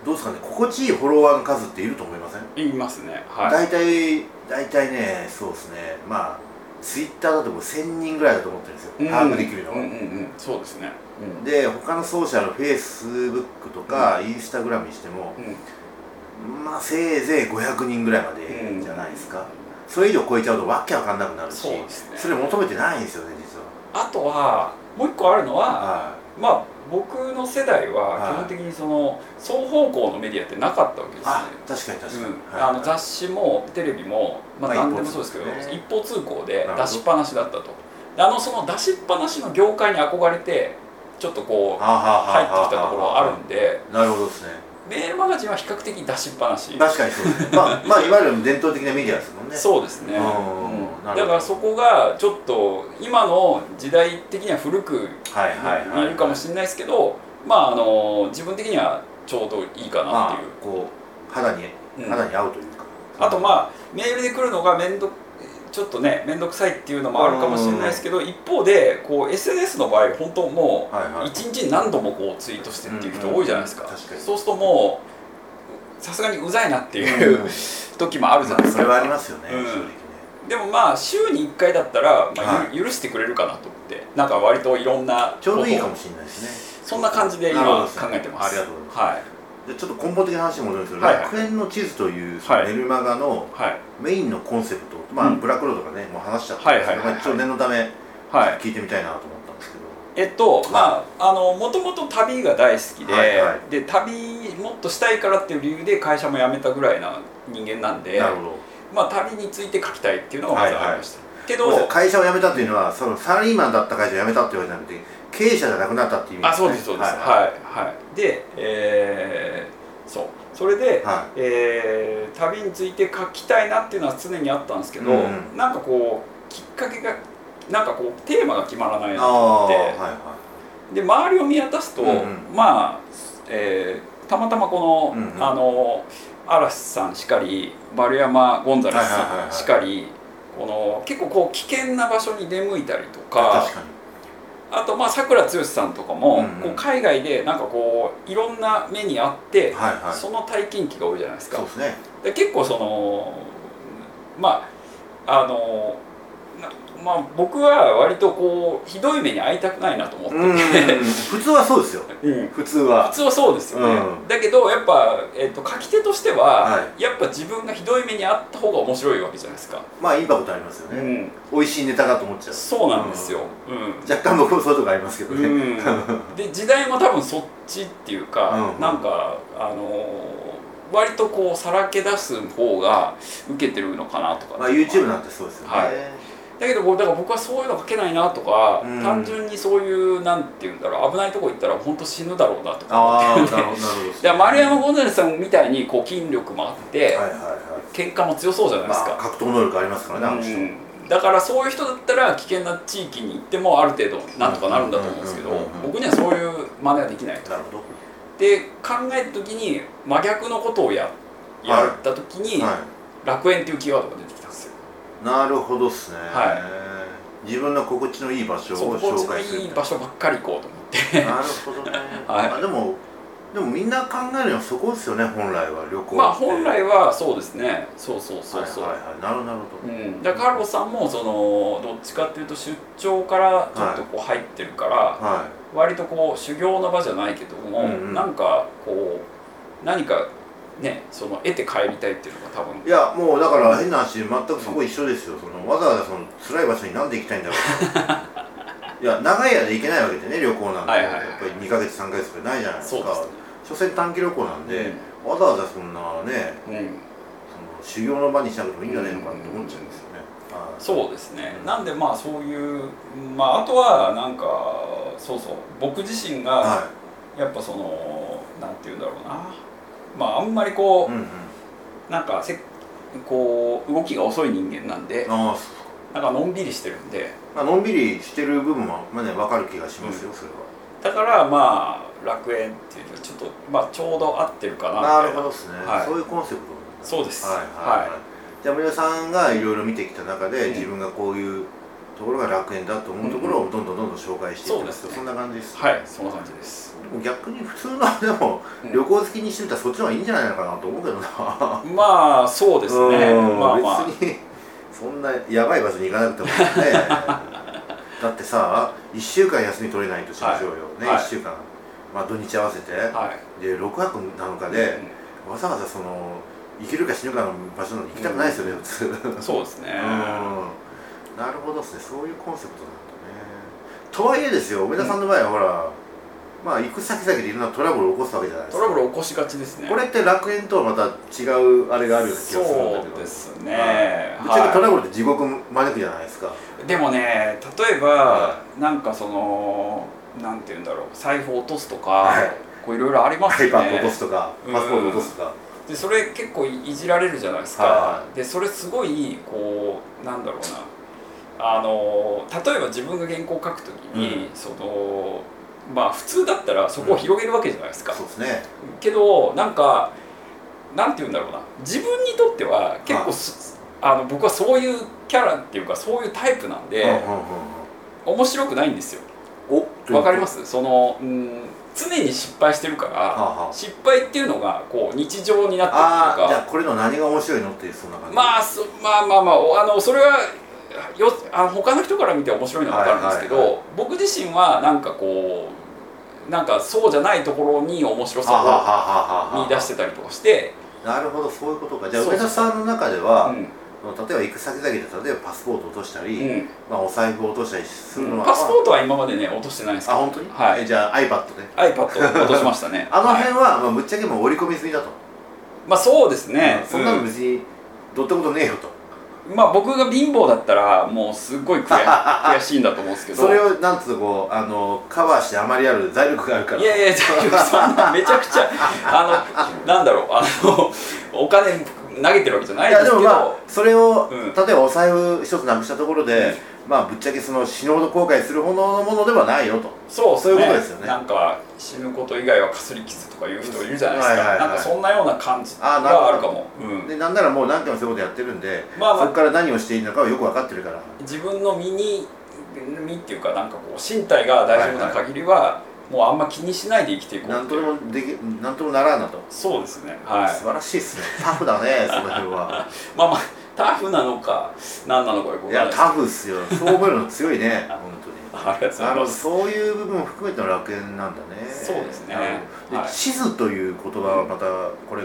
[SPEAKER 1] どうですかね心地いいフォロワーの数っていると思いません、
[SPEAKER 3] 言いますねはい
[SPEAKER 1] 大体大体ねそうですねまあツイッターだともう1000人ぐらいだと思ってるんですよ、
[SPEAKER 3] うん
[SPEAKER 1] 把握できるのは、
[SPEAKER 3] うんうんうんそうですねうん
[SPEAKER 1] で他のソーシャルフェイスブックとか、インスタグラムにしても
[SPEAKER 3] うん
[SPEAKER 1] まあせいぜい500人ぐらいまでじゃないですか、それ以上超えちゃうとわけわかんなくなるし
[SPEAKER 3] そうですね
[SPEAKER 1] それ求めてないんですよね実
[SPEAKER 3] あとはもう一個あるの
[SPEAKER 1] は
[SPEAKER 3] は
[SPEAKER 1] は
[SPEAKER 3] まあ僕の世代
[SPEAKER 1] は
[SPEAKER 3] はい基本的にその双方向のメディアってなかったわけ
[SPEAKER 1] い
[SPEAKER 3] ですね
[SPEAKER 1] あ確かに確かに、
[SPEAKER 3] うん
[SPEAKER 1] はい
[SPEAKER 3] あの雑誌もテレビも、まあ、
[SPEAKER 1] まあ
[SPEAKER 3] 何でもそうですけど、一
[SPEAKER 1] 一
[SPEAKER 3] 方通行で
[SPEAKER 1] なるほど
[SPEAKER 3] 出しっぱなしだったとであのその出しっぱなしの業界に憧れてちょっとこう
[SPEAKER 1] はあはあはあ
[SPEAKER 3] 入って
[SPEAKER 1] はあ
[SPEAKER 3] きたところはあるんで
[SPEAKER 1] なるほどですね
[SPEAKER 3] メールマガジンは比較的出しっぱなし
[SPEAKER 1] 確かにそうですねまあ、まあ、いわゆる伝統的なメディアですもんね
[SPEAKER 3] そうですね、
[SPEAKER 1] うん
[SPEAKER 3] うん
[SPEAKER 1] なるほど
[SPEAKER 3] だからそこがちょっと今の時代的には古く
[SPEAKER 1] はいはいはい
[SPEAKER 3] 見えるかもしれないですけどまああの自分的にはちょうどいいかなっ
[SPEAKER 1] まあ
[SPEAKER 3] ていう
[SPEAKER 1] こう肌に
[SPEAKER 3] うん
[SPEAKER 1] 肌に合うというか、
[SPEAKER 3] あとまあメールで来るのがめんどちょっとね面倒くさいっていうのもあるかもしれないですけど一方でこう SNS の場合本当も
[SPEAKER 1] はいは
[SPEAKER 3] う
[SPEAKER 1] い
[SPEAKER 3] 一日に何度もこうツイートしてっていう人多いじゃないですか,、
[SPEAKER 1] うんうん確かに
[SPEAKER 3] そうするともうさすがにうざいなっていう、時もあるじゃないです
[SPEAKER 1] それ
[SPEAKER 3] か
[SPEAKER 1] はありますよね、
[SPEAKER 3] うん
[SPEAKER 1] 正直ね
[SPEAKER 3] でもまあ週に1回だったら、まあ
[SPEAKER 1] は
[SPEAKER 3] ゆ許してくれるかなと思ってなんか割といろんな
[SPEAKER 1] ちょうどいいか
[SPEAKER 3] こ
[SPEAKER 1] もしれないですね
[SPEAKER 3] うそんな感じで今
[SPEAKER 1] なるほど
[SPEAKER 3] 考
[SPEAKER 1] す
[SPEAKER 3] えてます
[SPEAKER 1] ありがとうございます
[SPEAKER 3] はい
[SPEAKER 1] でちょっと根本的な話に戻るんですけど、
[SPEAKER 3] はいはい
[SPEAKER 1] 楽園の地図というその
[SPEAKER 3] はい
[SPEAKER 1] メルマガの
[SPEAKER 3] はい
[SPEAKER 1] メインのコンセプト、まあ、
[SPEAKER 3] うん
[SPEAKER 1] ブラックロードがねもう話しちゃったんですけど、
[SPEAKER 3] はいはいはいはい
[SPEAKER 1] まあ一応念のため
[SPEAKER 3] はい
[SPEAKER 1] 聞いてみたいなと思ったんですけど、
[SPEAKER 3] えっとまああのもともと旅が大好きで、
[SPEAKER 1] はいは
[SPEAKER 3] で旅もっとしたいからっていう理由で会社も辞めたぐらいな人間なんで
[SPEAKER 1] なるほど
[SPEAKER 3] まあ旅について書きたいっていうのがまずありました、け
[SPEAKER 1] ごめんなさ
[SPEAKER 3] ど
[SPEAKER 1] い会社を辞めたというのはそのサラリーマンだった会社を辞めたってわけじゃなくて経営者じゃなくなったっていう意味
[SPEAKER 3] あそうですそうですはい
[SPEAKER 1] は
[SPEAKER 3] はい、でえーそうそれで、
[SPEAKER 1] いは
[SPEAKER 3] えー旅について書きたいなっていうのは常にあったんですけど、
[SPEAKER 1] うんうん
[SPEAKER 3] なんかこうきっかけがなんかこうテーマが決まらな
[SPEAKER 1] い、
[SPEAKER 3] いな
[SPEAKER 1] ああ
[SPEAKER 3] と思
[SPEAKER 1] は
[SPEAKER 3] って
[SPEAKER 1] いは
[SPEAKER 3] で周りを見渡すと、
[SPEAKER 1] うんうん
[SPEAKER 3] まあ、えーたまたまこの,、
[SPEAKER 1] うんうん
[SPEAKER 3] あの嵐さんしかり丸山ゴンザレス
[SPEAKER 1] はいはいはい
[SPEAKER 3] さ
[SPEAKER 1] は
[SPEAKER 3] ん
[SPEAKER 1] い
[SPEAKER 3] しかりこの結構こう危険な場所に出向いたりと
[SPEAKER 1] い
[SPEAKER 3] か
[SPEAKER 1] 確かに
[SPEAKER 3] あとまあさくら剛さんとか
[SPEAKER 1] う
[SPEAKER 3] も、
[SPEAKER 1] んうん
[SPEAKER 3] こう海外でなんかこういろんな目にあって、
[SPEAKER 1] はいはい
[SPEAKER 3] その体験記が多いじゃないですか
[SPEAKER 1] そう。ですね
[SPEAKER 3] で結構そのまああのなまあ、僕は割とこうひどい目に遭いたくないなと思って
[SPEAKER 1] うん
[SPEAKER 3] て、
[SPEAKER 1] 普通はそうですよ
[SPEAKER 3] うん
[SPEAKER 1] 普通は
[SPEAKER 3] 普通はそうですよね、
[SPEAKER 1] う
[SPEAKER 3] だけどやっぱ、えっと書き手としては、
[SPEAKER 1] は
[SPEAKER 3] やっぱ自分がひどい目にあった方が面白いわけじゃないですか、
[SPEAKER 1] まあインパクトありますよね、
[SPEAKER 3] ん、
[SPEAKER 1] 美味しいネタだと思っちゃう
[SPEAKER 3] そうなんですよ、う
[SPEAKER 1] 若干僕もそういうとこありますけど
[SPEAKER 3] ん、
[SPEAKER 1] ね、
[SPEAKER 3] うん、で時代も多分そっちっていうか、
[SPEAKER 1] うん
[SPEAKER 3] なんかあのー割とこうさらけ出す方が受けてるのかなとか、
[SPEAKER 1] まあ YouTube なんてそうですよね、
[SPEAKER 3] はいだけど僕だから僕はそういうの書けないなとか、
[SPEAKER 1] うん
[SPEAKER 3] 単純にそういうなんて言うんだろう危ないとこ行ったら本当死ぬだろうなとか
[SPEAKER 1] ああな
[SPEAKER 3] 思っ
[SPEAKER 1] る
[SPEAKER 3] て
[SPEAKER 1] ほどなるほ
[SPEAKER 3] で
[SPEAKER 1] ど
[SPEAKER 3] 丸山ゴンザレスさんみたいにこう筋力もあって、
[SPEAKER 1] はいはいはい
[SPEAKER 3] 喧嘩も強そうじゃないです
[SPEAKER 1] まあ
[SPEAKER 3] か、
[SPEAKER 1] 格闘能力ありますからねあの人、
[SPEAKER 3] うんだからそういう人だったら危険な地域に行ってもある程度なんとかなるんだと思うんですけど
[SPEAKER 1] うんうんうんうん
[SPEAKER 3] 僕にはそういう真似はできないと
[SPEAKER 1] なるほど
[SPEAKER 3] で考えた時に真逆のことをややった時に、
[SPEAKER 1] は
[SPEAKER 3] 楽園っていうキーワードが出てきたんですよ
[SPEAKER 1] いなるほどっすね、
[SPEAKER 3] は
[SPEAKER 1] 自分の心地のいい場所
[SPEAKER 3] そ
[SPEAKER 1] を
[SPEAKER 3] う心地
[SPEAKER 1] 紹
[SPEAKER 3] の
[SPEAKER 1] 介する
[SPEAKER 3] いい場所ばっかり行こうと思っ て
[SPEAKER 1] なるほどね、
[SPEAKER 3] はい
[SPEAKER 1] あでもでもみんな考えるのはそこですよね本来は旅行って
[SPEAKER 3] まあ本来はそうですねそうそうそうそう、
[SPEAKER 1] はいはいはいなるほどなるほど、
[SPEAKER 3] うん、だからカルロスさんもそのどっちかっていうと出張からちょっとこう入ってるから、
[SPEAKER 1] は
[SPEAKER 3] 割とこう修行の場じゃないけど
[SPEAKER 1] う
[SPEAKER 3] も、
[SPEAKER 1] んうん
[SPEAKER 3] なんかこう何かねその得て帰りたいっていうのが多分
[SPEAKER 1] いいやもうだから変な話全くそこ一緒ですよそのわざわざその辛い場所になんで行きたいんだろう いや長い間行けないわけでね旅行なんて、
[SPEAKER 3] はいはいはい
[SPEAKER 1] やっぱり2ヶ月3ヶ月とかないじゃないです
[SPEAKER 3] そう
[SPEAKER 1] か
[SPEAKER 3] です
[SPEAKER 1] 所詮短期旅行なんで、わざわざそんなね
[SPEAKER 3] ね、うん、
[SPEAKER 1] その修行の場にしなくてもいいんじゃないのかなって思っちゃうんですよね、はい
[SPEAKER 3] そうですねなんでまあそういうまああとはなんかそうそう僕自身が
[SPEAKER 1] は
[SPEAKER 3] やっぱそのなんて言うんだろうなまああんまりこ、
[SPEAKER 1] いううんうん
[SPEAKER 3] なんかせこう動きが遅い人間なんで
[SPEAKER 1] ああそ
[SPEAKER 3] なんかのんびりしてるんで
[SPEAKER 1] うまあのんびりしてる部分はまあね分かる気がしますよ、それは
[SPEAKER 3] だからまあ楽園っていうのはちょっと、まあ、ちょうど合ってるかなみたい
[SPEAKER 1] なるほどですね、
[SPEAKER 3] はい
[SPEAKER 1] そういうコンセプ
[SPEAKER 3] そうです
[SPEAKER 1] トはいはいはい、じゃあ森田さんがいろいろ見てきた中で、
[SPEAKER 3] うん
[SPEAKER 1] 自分がこういうところが楽園だと思うところをどんどんどんどん紹介していってます
[SPEAKER 3] そうですね
[SPEAKER 1] そんな感じです、
[SPEAKER 3] はい、そんな感じです、
[SPEAKER 1] でも逆に普通のでも
[SPEAKER 3] うん
[SPEAKER 1] 旅行好きにしてみたらそっちの方がいいんじゃないのかなと思うけどな
[SPEAKER 3] まあそうですね
[SPEAKER 1] うん
[SPEAKER 3] まあまあ
[SPEAKER 1] 別にそんなやばい場所に行かなくてもね だってさ1週間休み取れないとしましょうよ、ね、
[SPEAKER 3] はい
[SPEAKER 1] 1週間、まあ、土日合わせて、
[SPEAKER 3] はい
[SPEAKER 1] で6泊7日で、わざわざその行けるか死ぬかの場所なのに行きたくないですよね、普通
[SPEAKER 3] うんそうですね、
[SPEAKER 1] うんなるほどですねそういうコンセプトなんだねとはいえですよ梅田さんの場合はほら、まあ行く先々でいろんなトラブルを起こすわけじゃないです
[SPEAKER 3] ト
[SPEAKER 1] か
[SPEAKER 3] ラブル起こしがちですね
[SPEAKER 1] これって楽園とはまた違うあれがあるような気がするんだけ
[SPEAKER 3] そう
[SPEAKER 1] ど
[SPEAKER 3] ですね、
[SPEAKER 1] ぶっちゃけトラブルって地獄招くじゃないですか、
[SPEAKER 3] でもね例えば、
[SPEAKER 1] は
[SPEAKER 3] なんかそのなんて言うんだろう財布落とすとか、
[SPEAKER 1] はい
[SPEAKER 3] こういろいろあります
[SPEAKER 1] ハイ
[SPEAKER 3] よ
[SPEAKER 1] パー落と
[SPEAKER 3] ね
[SPEAKER 1] すとかパスポート落とすとか、
[SPEAKER 3] でそれ結構いじられるじゃないですか、
[SPEAKER 1] はいは
[SPEAKER 3] でそれすごいこうなんだろうなあの例えば自分が原稿を書くときに、そのまあ普通だったらそこを広げるわけじゃないですか、
[SPEAKER 1] そうですね
[SPEAKER 3] けどなんかなんて言うんだろうな自分にとっては結構すあの僕はそういうキャラっていうかそういうタイプなんで、
[SPEAKER 1] うんうん
[SPEAKER 3] 面白くないんですよ
[SPEAKER 1] うんうんお
[SPEAKER 3] わかりますすそのうん常に失敗してるから、
[SPEAKER 1] はあ、はあ、
[SPEAKER 3] 失敗っていうのがこう日常になってると
[SPEAKER 1] あ
[SPEAKER 3] い
[SPEAKER 1] ー
[SPEAKER 3] う
[SPEAKER 1] じゃあ
[SPEAKER 3] か
[SPEAKER 1] これの何が面白いのっていうそんな感じ
[SPEAKER 3] まあそまあまあまあおあのそれはよあ他の人から見て面白いのは分かるんですけど、
[SPEAKER 1] はいはい
[SPEAKER 3] 僕自身はなんかこうなんかそうじゃないところに面白
[SPEAKER 1] はあはあ
[SPEAKER 3] さ
[SPEAKER 1] はあはあ
[SPEAKER 3] を見出してたりとかして、
[SPEAKER 1] なるほどそういうことかじゃあ
[SPEAKER 3] そうそう
[SPEAKER 1] 梅田さんの中では、
[SPEAKER 3] うん
[SPEAKER 1] 例えば行く先々で例えばパスポート落としたり、
[SPEAKER 3] うん
[SPEAKER 1] まあ、お財布落としたりするのは、
[SPEAKER 3] パスポートは今までね落としてないんですけ
[SPEAKER 1] あ
[SPEAKER 3] ど
[SPEAKER 1] 本当に、
[SPEAKER 3] はい
[SPEAKER 1] えじゃあ iPad ね
[SPEAKER 3] iPad を落としました ね
[SPEAKER 1] あの
[SPEAKER 3] はい
[SPEAKER 1] 辺は、まあ、ぶっちゃけもう織り込みすぎだと、
[SPEAKER 3] まあそうですね、
[SPEAKER 1] そんなの
[SPEAKER 3] うん
[SPEAKER 1] 別にどってことねえよと、
[SPEAKER 3] まあ僕が貧乏だったらもうすっごい悔悔しいんだと思うんですけど
[SPEAKER 1] それをなんつうのこうあのカバーしてあまりある財力があるから
[SPEAKER 3] いやいや大丈夫そんなめちゃくちゃあのなんだろうあのお金投げてるわけじゃない
[SPEAKER 1] い
[SPEAKER 3] で
[SPEAKER 1] や
[SPEAKER 3] すけ
[SPEAKER 1] で
[SPEAKER 3] ど
[SPEAKER 1] もまあそれを、
[SPEAKER 3] うん
[SPEAKER 1] 例えばお財布一つなくしたところで、まあぶっちゃけその死ぬほど後悔するほどのものではないよと
[SPEAKER 3] そう
[SPEAKER 1] そういうことですよね
[SPEAKER 3] なんか死ぬこと以外はかすり傷とかいう人いるじゃないですか、
[SPEAKER 1] はいはいはい
[SPEAKER 3] なんかそんなような感じ
[SPEAKER 1] あなるほど
[SPEAKER 3] があるかも、うん
[SPEAKER 1] でなんならもう何回もそういうことやってるんで、
[SPEAKER 3] まあまあ
[SPEAKER 1] そこから何をしていいのかはよく分かってるから
[SPEAKER 3] 自分の身に身っていうかなんかこう身体が大丈夫な限りは、もうあんま気にしないで生きていこう
[SPEAKER 1] 何
[SPEAKER 3] って
[SPEAKER 1] と
[SPEAKER 3] い
[SPEAKER 1] で
[SPEAKER 3] う
[SPEAKER 1] もでき何ともならんなと、
[SPEAKER 3] そうですねはい
[SPEAKER 1] 素晴らしいですねタフだ ねその辺は
[SPEAKER 3] まあまあタフなのか何なのかよくわ
[SPEAKER 1] い
[SPEAKER 3] か
[SPEAKER 1] や
[SPEAKER 3] らないです
[SPEAKER 1] タフっすよそう思えるの強いね本当に
[SPEAKER 3] ありがとうござ
[SPEAKER 1] あ
[SPEAKER 3] いま
[SPEAKER 1] の
[SPEAKER 3] す
[SPEAKER 1] そういう部分を含めての楽園なんだね
[SPEAKER 3] そうですね
[SPEAKER 1] なるほどで
[SPEAKER 3] はい
[SPEAKER 1] 地図という言葉はまたこれ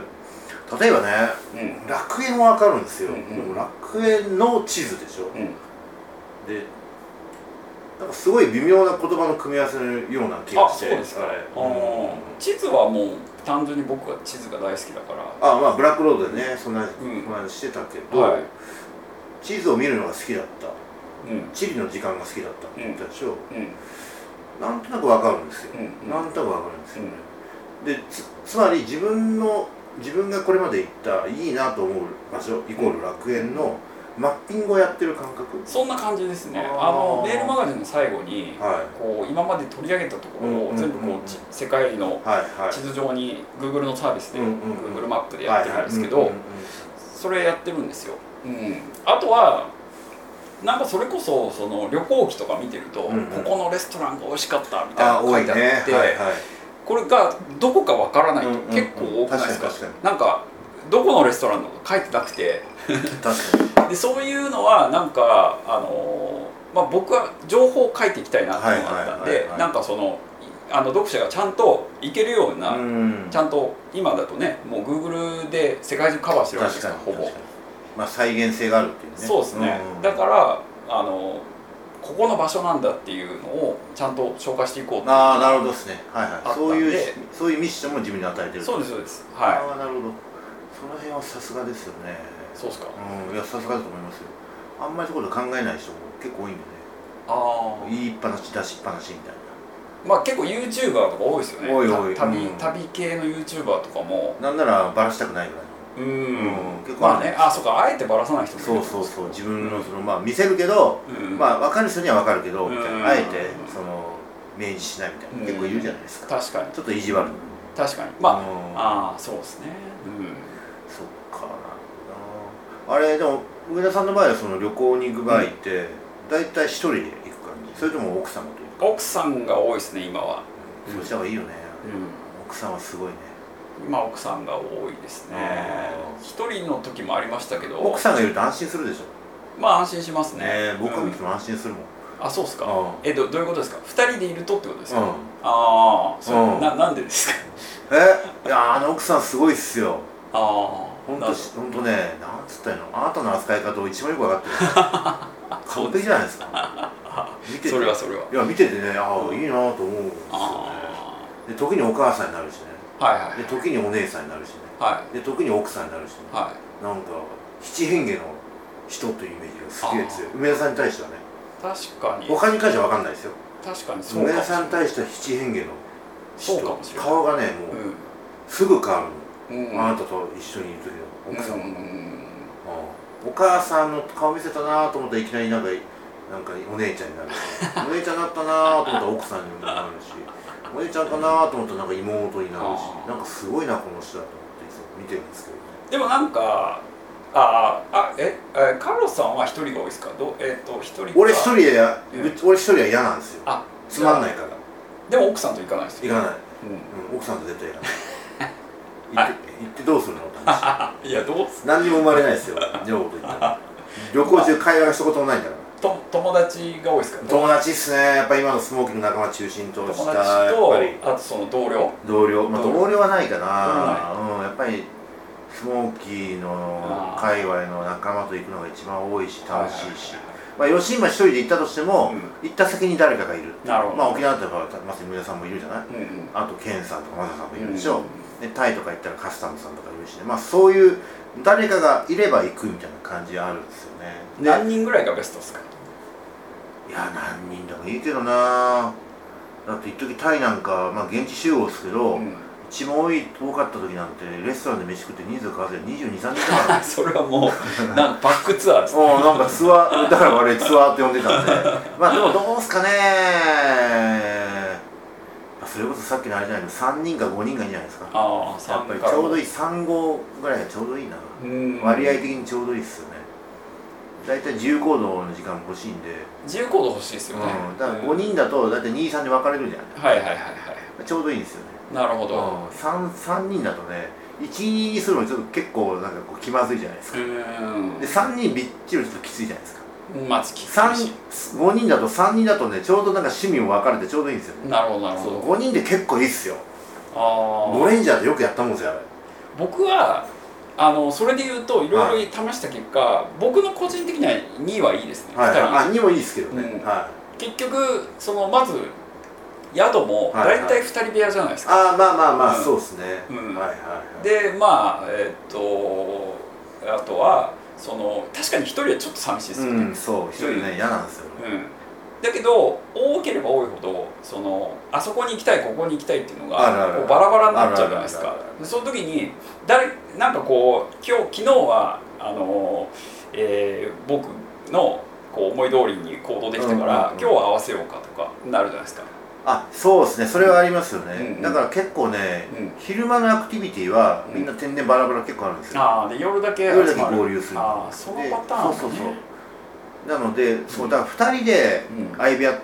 [SPEAKER 1] 例えばね
[SPEAKER 3] うん
[SPEAKER 1] 楽園は分かるんですよ、
[SPEAKER 3] うんうん
[SPEAKER 1] でも楽園の地図でしょ、
[SPEAKER 3] うん
[SPEAKER 1] でなんかすごい微妙な言葉の組み合わせのような気が
[SPEAKER 3] あ
[SPEAKER 1] し
[SPEAKER 3] そ
[SPEAKER 1] て
[SPEAKER 3] うですか、
[SPEAKER 1] はい
[SPEAKER 3] あー地図はもう単純に僕は地図が大好きだから
[SPEAKER 1] あまあブラックロードでねそんな
[SPEAKER 3] うん
[SPEAKER 1] 話してたけど、
[SPEAKER 3] はい
[SPEAKER 1] 地図を見るのが好きだった
[SPEAKER 3] うんうん
[SPEAKER 1] 地理の時間が好きだったって言ったでしょ、
[SPEAKER 3] うん
[SPEAKER 1] なんとなく分かるんですよ、
[SPEAKER 3] うん
[SPEAKER 1] なんとなく分かるんですよね、でつつまり自分の自分がこれまで行ったいいなと思う場所イコール楽園のマッピングをやってる感覚、
[SPEAKER 3] そんな感じですね
[SPEAKER 1] あー
[SPEAKER 3] あのメールマガジンの最後に
[SPEAKER 1] はい
[SPEAKER 3] こう今まで取り上げたところ
[SPEAKER 1] う
[SPEAKER 3] を
[SPEAKER 1] ん
[SPEAKER 3] 全部
[SPEAKER 1] うん
[SPEAKER 3] こ
[SPEAKER 1] うん
[SPEAKER 3] うち世界の
[SPEAKER 1] はいはい
[SPEAKER 3] 地図上に Google のサービスで
[SPEAKER 1] うんうんうん
[SPEAKER 3] Google マップでやってるんですけ
[SPEAKER 1] はい
[SPEAKER 3] ど
[SPEAKER 1] はいうん
[SPEAKER 3] それやってるんですよ、うん、あとはなんかそれこそその旅行記とか見てると、
[SPEAKER 1] うんうん
[SPEAKER 3] ここのレストランが美味しかったみたい
[SPEAKER 1] あ
[SPEAKER 3] なの
[SPEAKER 1] 多
[SPEAKER 3] 書
[SPEAKER 1] い
[SPEAKER 3] い
[SPEAKER 1] ね
[SPEAKER 3] てあ
[SPEAKER 1] はい
[SPEAKER 3] って、
[SPEAKER 1] はい
[SPEAKER 3] これがどこかわからないと
[SPEAKER 1] うんうんうん
[SPEAKER 3] 結構多くないですか,、
[SPEAKER 1] 確かに確
[SPEAKER 3] なんかどこのレストランのか書いてなくて
[SPEAKER 1] 確かに
[SPEAKER 3] でそういうのはなんかあのーまあ僕は情報を書いていきたいなっていうのがあったん
[SPEAKER 1] はいはい
[SPEAKER 3] で
[SPEAKER 1] はいはい
[SPEAKER 3] なんかそのいあの読者がちゃんと行けるような、
[SPEAKER 1] うん
[SPEAKER 3] ちゃんと今だとねもう Google で世界中カバーしてるわけですからほぼ、
[SPEAKER 1] 確かにまあ再現性があるっていうね
[SPEAKER 3] そうですね、
[SPEAKER 1] ん
[SPEAKER 3] だからあのここの場所なんだっていうのをちゃんと紹介していこうっていう
[SPEAKER 1] ああなるほどですねはい
[SPEAKER 3] あった
[SPEAKER 1] はい
[SPEAKER 3] ん
[SPEAKER 1] そういう
[SPEAKER 3] で
[SPEAKER 1] そういうミッションも自分に与えてる
[SPEAKER 3] そうですそうですは
[SPEAKER 1] ああなるほどその辺はさすがですよね
[SPEAKER 3] いそうですか
[SPEAKER 1] うんいやさすがだと思いますよあんまりそういうこと考えない人も結構多いんでね
[SPEAKER 3] ああ
[SPEAKER 1] 言いっぱなし出しっぱなしみたい
[SPEAKER 3] まあ結構 YouTuber とか多いですよね
[SPEAKER 1] 多い多い
[SPEAKER 3] た旅,、
[SPEAKER 1] うん
[SPEAKER 3] 旅系の YouTuber とかも
[SPEAKER 1] ななんならバラしたくないぐらいの
[SPEAKER 3] うんうん、
[SPEAKER 1] 結構
[SPEAKER 3] ま
[SPEAKER 1] あ
[SPEAKER 3] あ
[SPEAKER 1] る
[SPEAKER 3] ねあそうかあえてばらさない人もいる
[SPEAKER 1] そうそうそう自分のそのまあ見せるけど、
[SPEAKER 3] うん
[SPEAKER 1] まあ分かる人には分かるけど、みたい
[SPEAKER 3] うん
[SPEAKER 1] なあえてその明示しないみたいな、
[SPEAKER 3] うん
[SPEAKER 1] 結構いるじゃないですか
[SPEAKER 3] 確かに
[SPEAKER 1] ちょっと意地悪
[SPEAKER 3] 確かにまあ、
[SPEAKER 1] うん
[SPEAKER 3] ああそうですね
[SPEAKER 1] そっかなあれでも上田さんの場合はその旅行に行く場合って、大体一人で行く感じそれとも奥様と行くか、
[SPEAKER 3] 奥さんが多いですね今は、うん
[SPEAKER 1] そうした方がいいよね、
[SPEAKER 3] う
[SPEAKER 1] 奥さんはすごいね
[SPEAKER 3] ん、今奥さんが多いですね
[SPEAKER 1] あ
[SPEAKER 3] 一人の時もありましたけど
[SPEAKER 1] 奥さんがいると安心するでしょ
[SPEAKER 3] まあ安心しますね
[SPEAKER 1] ね僕は
[SPEAKER 3] う
[SPEAKER 1] 見
[SPEAKER 3] ん
[SPEAKER 1] ても安心するもん、
[SPEAKER 3] あそうですか
[SPEAKER 1] うん
[SPEAKER 3] えどどういうことですか二人でいるとってことですか、
[SPEAKER 1] うん
[SPEAKER 3] ああそううんななんでですか
[SPEAKER 1] えいやあの奥さんすごいっすよ
[SPEAKER 3] ああ
[SPEAKER 1] 本
[SPEAKER 3] なる
[SPEAKER 1] 当
[SPEAKER 3] ほ
[SPEAKER 1] 本当ね、なんつったらいいの、あなたの扱い方を一番よく分かってる。完璧じゃないですか。見て
[SPEAKER 3] ど
[SPEAKER 1] て、
[SPEAKER 3] それはそれはい
[SPEAKER 1] や見ててね、ああいいなと思うんですよね。
[SPEAKER 3] あ
[SPEAKER 1] で時にお母さんになるしね、
[SPEAKER 3] あはいはい
[SPEAKER 1] で時にお姉さんになるしね、
[SPEAKER 3] は
[SPEAKER 1] で時に奥さんになるしね
[SPEAKER 3] い、は
[SPEAKER 1] なんか七変化の人というイメージがすげえ強い。梅田さんに対してはね、
[SPEAKER 3] い確かに
[SPEAKER 1] 他に関しては分かんないですよ。
[SPEAKER 3] 確かにそう
[SPEAKER 1] 梅
[SPEAKER 3] かも
[SPEAKER 1] 田
[SPEAKER 3] しれ
[SPEAKER 1] さん
[SPEAKER 3] な
[SPEAKER 1] に対
[SPEAKER 3] い
[SPEAKER 1] しては七変化の
[SPEAKER 3] そうかもし
[SPEAKER 1] 人、
[SPEAKER 3] れない
[SPEAKER 1] 顔がねもう、すぐ変わる
[SPEAKER 3] うん、うん、
[SPEAKER 1] の。あなたと一緒にいる時の奥さんの。
[SPEAKER 3] うんうん
[SPEAKER 1] お母さんの顔見せたなと思ったらいきなりなんかなんかお姉ちゃんになるしお姉ちゃんになったなと思ったら奥さんにもなるしお姉ちゃんかなと思ったらなんか妹になるし
[SPEAKER 3] あー
[SPEAKER 1] なんかすごいなこの人だと思っていつも見てるんですけどね
[SPEAKER 3] でもなんかあーあええカロさんは一人が多いですかどうえっ、と一人か
[SPEAKER 1] 俺一人でや、
[SPEAKER 3] うん
[SPEAKER 1] ぶっ俺一人は嫌なんですよ
[SPEAKER 3] あ
[SPEAKER 1] つまんないから
[SPEAKER 3] でも奥さんと行かないです
[SPEAKER 1] 行か
[SPEAKER 3] よ、
[SPEAKER 1] ない、
[SPEAKER 3] う
[SPEAKER 1] うん、奥さんと絶 対行かない行って行ってどうするのって話
[SPEAKER 3] ん、いやどうす
[SPEAKER 1] 何にも生まれないですよ女房と 言ったら旅行中会話がしたこともないんだから
[SPEAKER 3] と友達が多いですか
[SPEAKER 1] 友達っすねやっぱ今のスモーキーの仲間中心と
[SPEAKER 3] 友
[SPEAKER 1] し
[SPEAKER 3] 達
[SPEAKER 1] たやっぱり
[SPEAKER 3] とあとその同僚
[SPEAKER 1] 同僚まあ
[SPEAKER 3] 同僚
[SPEAKER 1] 同僚はないかなうんやっぱりスモーキーの
[SPEAKER 3] あー
[SPEAKER 1] 界隈の仲間と行くのが一番多いし楽しいし
[SPEAKER 3] ははは
[SPEAKER 1] まあ吉今一人で行ったとしても行った先に誰かがいる
[SPEAKER 3] いなるほど、
[SPEAKER 1] まあ沖縄だったらまさに皆さんもいるじゃない
[SPEAKER 3] うんうん
[SPEAKER 1] あとケンさんとかマサさんもいるでし
[SPEAKER 3] う
[SPEAKER 1] ょ
[SPEAKER 3] ん
[SPEAKER 1] でタイとか行ったらカスタムさんとかいるしねまあそういう誰かがいれば行くみたいな感じあるんですよねで
[SPEAKER 3] 何人ぐらいがベストですか
[SPEAKER 1] いや何人でもいいけどなだって一時タイなんか、まあ、現地集合ですけど、
[SPEAKER 3] うん
[SPEAKER 1] 一番多い多かった時なんてレストランで飯食って人数変わらずに2 2 3人だから
[SPEAKER 3] あそれはもうなんかバックツアーですね
[SPEAKER 1] もうなんかツアーだから我々ツアーって呼んで たんでまあでもどうすかねまあそれこそさっきのあれじゃないの3人か5人がいいんじゃないですか
[SPEAKER 3] ああ
[SPEAKER 1] やっぱりちょうど
[SPEAKER 3] い
[SPEAKER 1] いい3号ぐらいがちょうどいいな、
[SPEAKER 3] うん
[SPEAKER 1] 割合的にちょうどいいっすよね大体自由行動の時間も欲しいんで、
[SPEAKER 3] 自由行動欲しいですよね、
[SPEAKER 1] うん、だから5人だと大体23で分かれるじゃない
[SPEAKER 3] はいはいはいは
[SPEAKER 1] ちょうどいいんですよね
[SPEAKER 3] いなるほど
[SPEAKER 1] うん三三人だとね12にするのちょっと結構なんかこう気まずいじゃないです
[SPEAKER 3] う
[SPEAKER 1] か
[SPEAKER 3] ん
[SPEAKER 1] で3人びっちりちょっときついじゃないですか
[SPEAKER 3] まずき
[SPEAKER 1] 三
[SPEAKER 3] し
[SPEAKER 1] 5人だと3人だとねちょうどなんか趣味も分かれてちょうどいいんですよね
[SPEAKER 3] なるほどなるほど
[SPEAKER 1] 5人で結構いいっすよ
[SPEAKER 3] あ
[SPEAKER 1] ゴ
[SPEAKER 3] あ
[SPEAKER 1] レンジャーでよくやったもんですよあれ
[SPEAKER 3] 僕はあのそれで言うといろいろ試した結果、僕の個人的には2はいいですね、
[SPEAKER 1] はい、
[SPEAKER 3] 二人
[SPEAKER 1] あ2もいいっすけどね、
[SPEAKER 3] うん
[SPEAKER 1] はい、
[SPEAKER 3] 結局そのまず宿も
[SPEAKER 1] はい
[SPEAKER 3] 大体2人部屋じゃないですか、
[SPEAKER 1] ああまあまあまあ、
[SPEAKER 3] うん
[SPEAKER 1] そうっすね、
[SPEAKER 3] うん
[SPEAKER 1] はいはいはい
[SPEAKER 3] でまあえっとあとはその確かに1人はちょっと寂しいですよね、
[SPEAKER 1] うんそう一人ね嫌なんですよね
[SPEAKER 3] うんだけど多ければ多いほどそのあそこに行きたいここに行きたいっていうの
[SPEAKER 1] あるあ
[SPEAKER 3] が
[SPEAKER 1] る
[SPEAKER 3] こうバラバラになっちゃうじゃないです
[SPEAKER 1] あ
[SPEAKER 3] か
[SPEAKER 1] るあるあるあ
[SPEAKER 3] でその時に誰なんかこう今日昨日はあの、えー僕のこう思い通りに行動できたから、
[SPEAKER 1] うんうんうん
[SPEAKER 3] 今日は合わせようかとかなるじゃないですか、
[SPEAKER 1] あそうですねそれはありますよね、
[SPEAKER 3] うんうん
[SPEAKER 1] だから結構ね、
[SPEAKER 3] うん
[SPEAKER 1] 昼間のアクティビティは
[SPEAKER 3] うん
[SPEAKER 1] みんな天然バラバラ結構あるんですよ、
[SPEAKER 3] ああで夜だけ
[SPEAKER 1] 夜だけ
[SPEAKER 3] 集まる
[SPEAKER 1] 合流する
[SPEAKER 3] ああその
[SPEAKER 1] で
[SPEAKER 3] パターンもね
[SPEAKER 1] そうそうそうなのでそうだから2人で
[SPEAKER 3] うんはい
[SPEAKER 1] 相部屋っ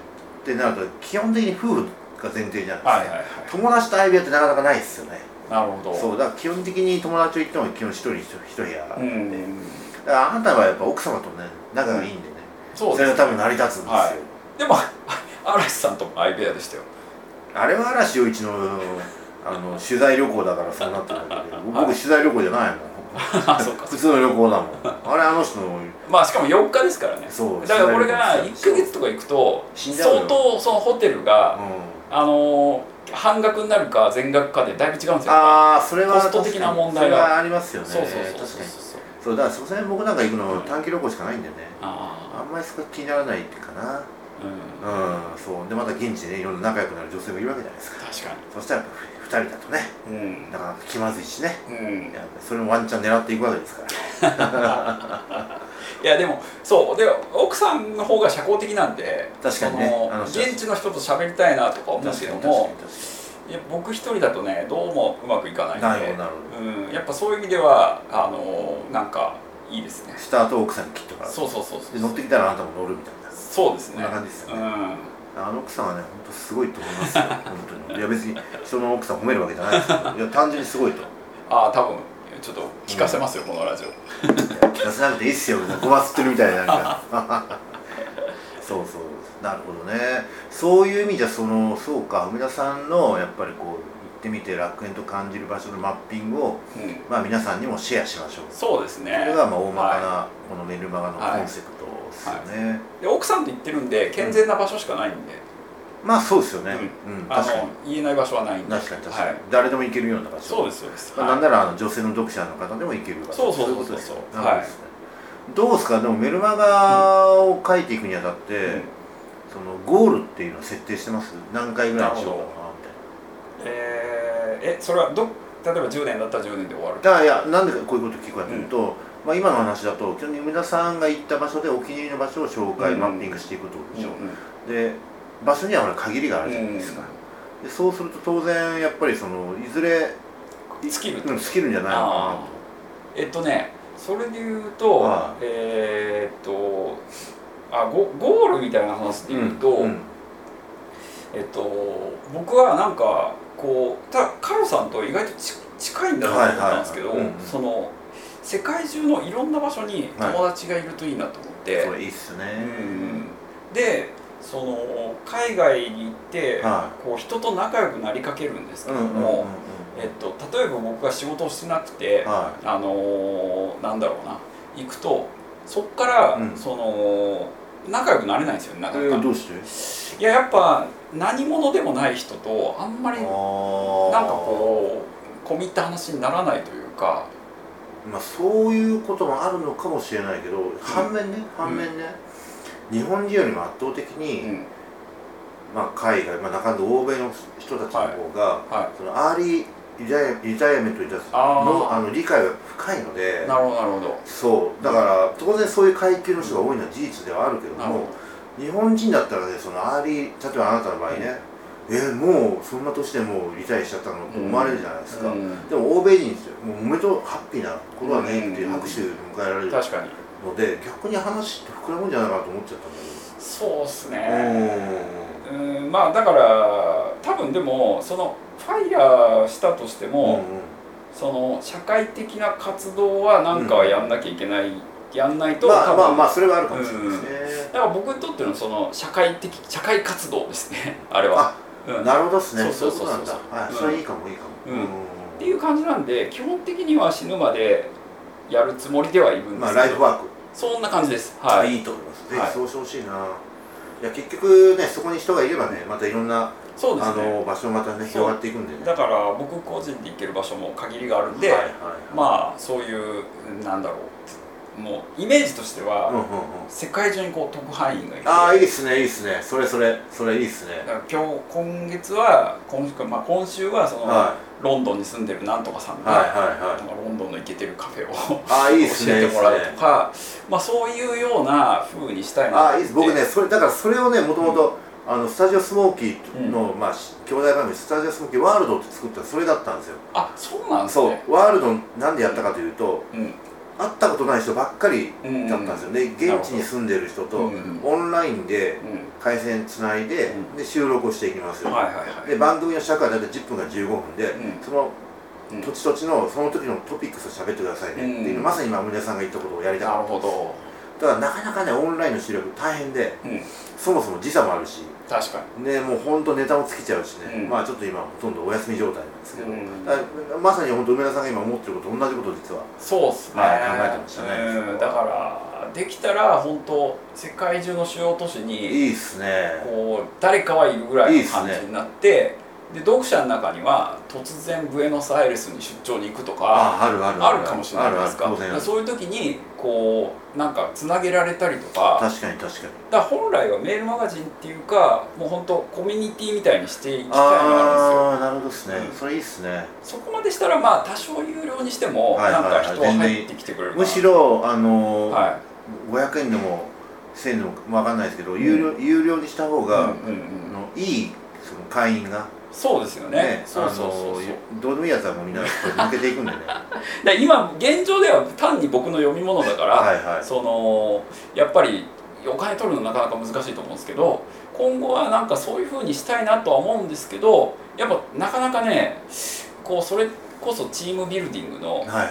[SPEAKER 1] てなると基本的に夫婦が前提じゃない
[SPEAKER 3] はい
[SPEAKER 1] ですか、
[SPEAKER 3] はい
[SPEAKER 1] 友達と相部屋ってなかなかないですよね
[SPEAKER 3] なるほど
[SPEAKER 1] そうだから基本的に友達と行っても基本一人一人部屋、
[SPEAKER 3] うんうん
[SPEAKER 1] で
[SPEAKER 3] うん
[SPEAKER 1] だからあなたはやっぱ奥様とね仲がいいんでね、
[SPEAKER 3] そう
[SPEAKER 1] そ
[SPEAKER 3] で
[SPEAKER 1] れ
[SPEAKER 3] す
[SPEAKER 1] が多分成り立つんですよ、
[SPEAKER 3] はいでも 嵐さんとも相部屋でしたよ
[SPEAKER 1] あれは嵐陽一のあの取材旅行だからそうなってるんだけど僕取材旅行じゃないもん
[SPEAKER 3] あそうか
[SPEAKER 1] 普通の旅行だもんあれあの人の
[SPEAKER 3] まあしかも4日ですからね
[SPEAKER 1] そう
[SPEAKER 3] だから俺が
[SPEAKER 1] そう
[SPEAKER 3] 1ヶ月とか行くと
[SPEAKER 1] 死んじゃうよ
[SPEAKER 3] 相当そのホテルが、
[SPEAKER 1] う
[SPEAKER 3] あのー半額になるか全額かでだいぶ違うんです
[SPEAKER 1] ん、
[SPEAKER 3] よ、
[SPEAKER 1] ああそれは
[SPEAKER 3] コスト的な問題が
[SPEAKER 1] それはありますよね
[SPEAKER 3] そうそうそう
[SPEAKER 1] 確
[SPEAKER 3] そう
[SPEAKER 1] かに
[SPEAKER 3] そう
[SPEAKER 1] そうだからそこら辺僕なんか行くの短期旅行しかないんだよね
[SPEAKER 3] あ
[SPEAKER 1] あんまりそこ気にならないっていうかな
[SPEAKER 3] あうん
[SPEAKER 1] うんそうでまた現地でねいろんな仲良くなる女性もいるわけじゃないですか
[SPEAKER 3] 確か
[SPEAKER 1] そしたらやっぱ2人だとね
[SPEAKER 3] にうん
[SPEAKER 1] なかなか気まずいしね
[SPEAKER 3] うん
[SPEAKER 1] やっぱりそれもワンチャン狙っていくわけですから
[SPEAKER 3] いやでもそうで奥さんの方が社交的なんで
[SPEAKER 1] 確かにね
[SPEAKER 3] その
[SPEAKER 1] あの人
[SPEAKER 3] 現地の人と喋りたいなとか思うんですけども
[SPEAKER 1] 確
[SPEAKER 3] いや僕一人だとねどうもうまくいかない
[SPEAKER 1] かに
[SPEAKER 3] の
[SPEAKER 1] なる
[SPEAKER 3] で
[SPEAKER 1] ほどなるほ
[SPEAKER 3] うん、やっぱそういう意味ではあのなんかいいですね
[SPEAKER 1] どスタートを奥さんに切ってから
[SPEAKER 3] そうそうそうそ
[SPEAKER 1] で
[SPEAKER 3] う
[SPEAKER 1] 乗ってきたらあなたも乗るみたいな
[SPEAKER 3] そうですね
[SPEAKER 1] こんな感じですよ
[SPEAKER 3] う
[SPEAKER 1] ね
[SPEAKER 3] ん
[SPEAKER 1] あの奥さんはね、本当すごいと思いますよ、本当に。いや、別に人の奥さん褒めるわけじゃないですけど、いや、単純にすごいと。
[SPEAKER 3] ああ多分ちょっと聞かせますよ、このラジオ
[SPEAKER 1] 聞かせなくていいっすよ、みたいな、ごますってるみたいな、なん か。そうそう、なるほどね。そういう意味じゃ、その、そうか、梅田さんの、やっぱりこう、行ってみて楽園と感じる場所のマッピングを、
[SPEAKER 3] うん
[SPEAKER 1] まあ、皆さんにもシェアしましょう。
[SPEAKER 3] そうですね
[SPEAKER 1] これが、まあ、大まかな、
[SPEAKER 3] は
[SPEAKER 1] このメルマガのコンセプトですよね。
[SPEAKER 3] いで奥さんと言ってるんで健全な場所しかないんで、
[SPEAKER 1] まあ、そうですよね。うん、
[SPEAKER 3] あ
[SPEAKER 1] 確か
[SPEAKER 3] の
[SPEAKER 1] に。
[SPEAKER 3] 言えない場所はないんで
[SPEAKER 1] 確かに、確かに、
[SPEAKER 3] はい、
[SPEAKER 1] 誰でも行けるような場所。
[SPEAKER 3] そうですそうです、
[SPEAKER 1] まあなんならあの女性の読者の方でもいけるわ
[SPEAKER 3] そうそ
[SPEAKER 1] そ
[SPEAKER 3] うそうそう
[SPEAKER 1] ういうことです
[SPEAKER 3] はい
[SPEAKER 1] なるほどですねどうですかでもメルマガを書いていくにあたって、
[SPEAKER 3] うん
[SPEAKER 1] そのゴールっていうのを設定してます何回ぐらいにしようかなみたい
[SPEAKER 3] えーえそれはど例えば10年だったら10年で終わる
[SPEAKER 1] なだからいやなんでこういうこと聞くかというと、まあ、今の話だと基本的に梅田さんが行った場所でお気に入りの場所を紹介、
[SPEAKER 3] うん
[SPEAKER 1] マッピングしていくってことでしょ、
[SPEAKER 3] うん
[SPEAKER 1] で場所にはほら限りがあるじゃないですか、でそうすると当然やっぱりそのいずれ
[SPEAKER 3] うん尽きる
[SPEAKER 1] うん尽きるんじゃないのか
[SPEAKER 3] えっとねそれで言うと、
[SPEAKER 1] は
[SPEAKER 3] えーっとあゴゴールみたいな話で
[SPEAKER 1] なと、
[SPEAKER 3] 言うと、
[SPEAKER 1] うん
[SPEAKER 3] えっと僕はなんかこうたカロさんと意外とち近いんだなと思ったんですけど、
[SPEAKER 1] はいはいはいうんうん
[SPEAKER 3] その世界中のいろんな場所に友達がいるといいなと思って、
[SPEAKER 1] それいいっすね、
[SPEAKER 3] うんでその海外に行って、
[SPEAKER 1] は
[SPEAKER 3] こう人と仲良くなりかけるんですけ
[SPEAKER 1] うんう
[SPEAKER 3] ども、
[SPEAKER 1] んうんうん
[SPEAKER 3] えっと、例えば僕が仕事をしてなくて、
[SPEAKER 1] は
[SPEAKER 3] あのーなんだろうな行くとそっから、
[SPEAKER 1] うん
[SPEAKER 3] その仲良くなれないんですよねなか
[SPEAKER 1] い、
[SPEAKER 3] なか、
[SPEAKER 1] どうして
[SPEAKER 3] いややっぱ何者でもない人とあんまりなんか
[SPEAKER 1] こ
[SPEAKER 3] こう込み入った話にならないというか
[SPEAKER 1] うまあそういうこともあるのかもしれないけど、反面ね反面ね、日本人よりも圧倒的
[SPEAKER 3] う
[SPEAKER 1] に、
[SPEAKER 3] ん
[SPEAKER 1] まあ、海外、まあ、中で欧米の人たちの方が、
[SPEAKER 3] は
[SPEAKER 1] そのアーリーリタイリタイアメントに対する
[SPEAKER 3] あー
[SPEAKER 1] のあの理解が深いの
[SPEAKER 3] い
[SPEAKER 1] で
[SPEAKER 3] なるほどなるほど
[SPEAKER 1] そうだから当然そういう階級の人が多いのは事実ではあるけど
[SPEAKER 3] なるほ
[SPEAKER 1] も日本人だったらねそのアーリー例えばあなたの場合ね、えーもうそんな年でもうリタイアしちゃったのと思われるじゃないですか、
[SPEAKER 3] ど、うん
[SPEAKER 1] でも欧米人ですよ、もうおめでとう、ハッピーなことはね
[SPEAKER 3] うん
[SPEAKER 1] っていう拍手で迎えられる
[SPEAKER 3] 確かに
[SPEAKER 1] ので、逆に話って膨らむんじゃないかなと思っちゃったんだ
[SPEAKER 3] そうっす
[SPEAKER 1] けど、
[SPEAKER 3] ねうんまあだから多分でもそのファイヤーしたとして
[SPEAKER 1] う
[SPEAKER 3] も、
[SPEAKER 1] んうん
[SPEAKER 3] その社会的な活動はなんかやんなきゃいけない、やんないと、
[SPEAKER 1] まあ
[SPEAKER 3] 多分
[SPEAKER 1] まあまあ、それはあるかもしれないですね。
[SPEAKER 3] だから僕にとってのその社会的社会活動ですねあれは
[SPEAKER 1] あ
[SPEAKER 3] うん、っ
[SPEAKER 1] なるほどですね、
[SPEAKER 3] そうそうそうそ
[SPEAKER 1] い
[SPEAKER 3] う
[SPEAKER 1] ことなんだ、はい、
[SPEAKER 3] うん
[SPEAKER 1] それいいかもいいかも。
[SPEAKER 3] うんていう感じなんで基本的には死ぬまでやるつもりではいるんですけど、
[SPEAKER 1] まあ、ライフワーク、
[SPEAKER 3] そんな感じですはい
[SPEAKER 1] い、いと思います、ぜひそうしてほしいな。いや結局ね、そこに人がいればね、またいろんな、
[SPEAKER 3] そうで
[SPEAKER 1] あ
[SPEAKER 3] すね
[SPEAKER 1] の場所またね、
[SPEAKER 3] そう
[SPEAKER 1] 広がっていくんでね。
[SPEAKER 3] だから僕個人で行ける場所も限りがあるんで、
[SPEAKER 1] はいはいはい
[SPEAKER 3] まあそういうなんだろうもうイメージとしては、
[SPEAKER 1] うんうんうん、
[SPEAKER 3] 世界中にこう特派員がいて
[SPEAKER 1] ああ、いいっすね、いいっすね、それそれ、それいいっすね
[SPEAKER 3] だ。から今日今月は今週,、まあ、今週はその、
[SPEAKER 1] は
[SPEAKER 3] ロンドンに住んでるなんとかさん
[SPEAKER 1] い、
[SPEAKER 3] が、
[SPEAKER 1] はい、はい、はい
[SPEAKER 3] なん。かロンドンのイケてるカフェを
[SPEAKER 1] ああいいですね
[SPEAKER 3] 教えてもら
[SPEAKER 1] いいっす
[SPEAKER 3] う
[SPEAKER 1] ね
[SPEAKER 3] とかまあ、そういうような風にしたいな
[SPEAKER 1] あ
[SPEAKER 3] と
[SPEAKER 1] あいい
[SPEAKER 3] 思
[SPEAKER 1] で
[SPEAKER 3] っ
[SPEAKER 1] す僕
[SPEAKER 3] て
[SPEAKER 1] ねそれだからそれをねもともとあのスタジオスモーキーの、まあ、し兄弟番組スタジオスモーキーワールドって作ったのそれだったんですよ
[SPEAKER 3] あそうなんです
[SPEAKER 1] そ
[SPEAKER 3] ね
[SPEAKER 1] うワールドなんでやったかというと
[SPEAKER 3] うん
[SPEAKER 1] 会ったことない人ばっかり
[SPEAKER 3] うん
[SPEAKER 1] だったんですよね、
[SPEAKER 3] な
[SPEAKER 1] 現
[SPEAKER 3] るほ
[SPEAKER 1] 地
[SPEAKER 3] ど
[SPEAKER 1] に住んでる人と、
[SPEAKER 3] うんうん
[SPEAKER 1] オンラインで
[SPEAKER 3] う
[SPEAKER 1] 回線つないで,、
[SPEAKER 3] うん
[SPEAKER 1] で収録をしていきます
[SPEAKER 3] ん
[SPEAKER 1] よ、
[SPEAKER 3] はいはいはい
[SPEAKER 1] で番組の尺は大体10分から15分で、
[SPEAKER 3] うん
[SPEAKER 1] その
[SPEAKER 3] うん
[SPEAKER 1] 土地土地のその時のトピックスを喋ってくださいね、っていう
[SPEAKER 3] うん
[SPEAKER 1] まさに今宗さんが言ったことをやりた
[SPEAKER 3] な
[SPEAKER 1] か
[SPEAKER 3] る
[SPEAKER 1] っ
[SPEAKER 3] ほど、
[SPEAKER 1] ただからなかなかねオンラインの収録大変で
[SPEAKER 3] うん、
[SPEAKER 1] そもそも時差もあるし
[SPEAKER 3] 確か
[SPEAKER 1] ねもうほんとネタも尽きちゃうしね、
[SPEAKER 3] うん
[SPEAKER 1] まあちょっと今ほとんどお休み状態なんですけ
[SPEAKER 3] に、
[SPEAKER 1] ど、だからまさに本当梅田さんが今思ってることと同じこと実は
[SPEAKER 3] そうっすね、
[SPEAKER 1] はい考えてましたね
[SPEAKER 3] うんだからできたら本当世界中の主要都市
[SPEAKER 1] い
[SPEAKER 3] に
[SPEAKER 1] いっすね
[SPEAKER 3] こう誰かはいるぐらいの感じになってで読者の中には突然ブエノスアイレスに出張に行くとか
[SPEAKER 1] ああるある
[SPEAKER 3] あるかもしれないじゃないですか
[SPEAKER 1] あるある当
[SPEAKER 3] だ
[SPEAKER 1] 然あ
[SPEAKER 3] から
[SPEAKER 1] る
[SPEAKER 3] そういう時にこうなんかつなげられたりとか
[SPEAKER 1] 確かに確かに
[SPEAKER 3] だから本来はメールマガジンっていうかもう本当コミュニティみたいにしていきたいのがあるんで
[SPEAKER 1] ああなるほどですね、
[SPEAKER 3] うん
[SPEAKER 1] それいいですね
[SPEAKER 3] すよそこまでしたらまあ多少有料にしても
[SPEAKER 1] はい
[SPEAKER 3] な
[SPEAKER 1] は
[SPEAKER 3] ん
[SPEAKER 1] いはい
[SPEAKER 3] か人は入ってきてくれるかな
[SPEAKER 1] むしろあのー
[SPEAKER 3] は
[SPEAKER 1] 500円でも1000円でも分かんないですけど、有料有料にした方
[SPEAKER 3] い、うん
[SPEAKER 1] が、
[SPEAKER 3] うん
[SPEAKER 1] あ
[SPEAKER 3] うん、
[SPEAKER 1] のいいその会員が
[SPEAKER 3] そうですよね
[SPEAKER 1] ね
[SPEAKER 3] そうそうそうそう
[SPEAKER 1] あのどうでもいいやつはもうみんなこれ抜けていく んでね
[SPEAKER 3] で今現状では単に僕の読み物だから、
[SPEAKER 1] はいはい
[SPEAKER 3] そのやっぱりお金取るのなかなか難しいと思うんですけど今後はなんかそういう風にしたいなとは思うんですけどやっぱなかなかねこうそれこそチームビルディングの
[SPEAKER 1] はいはい、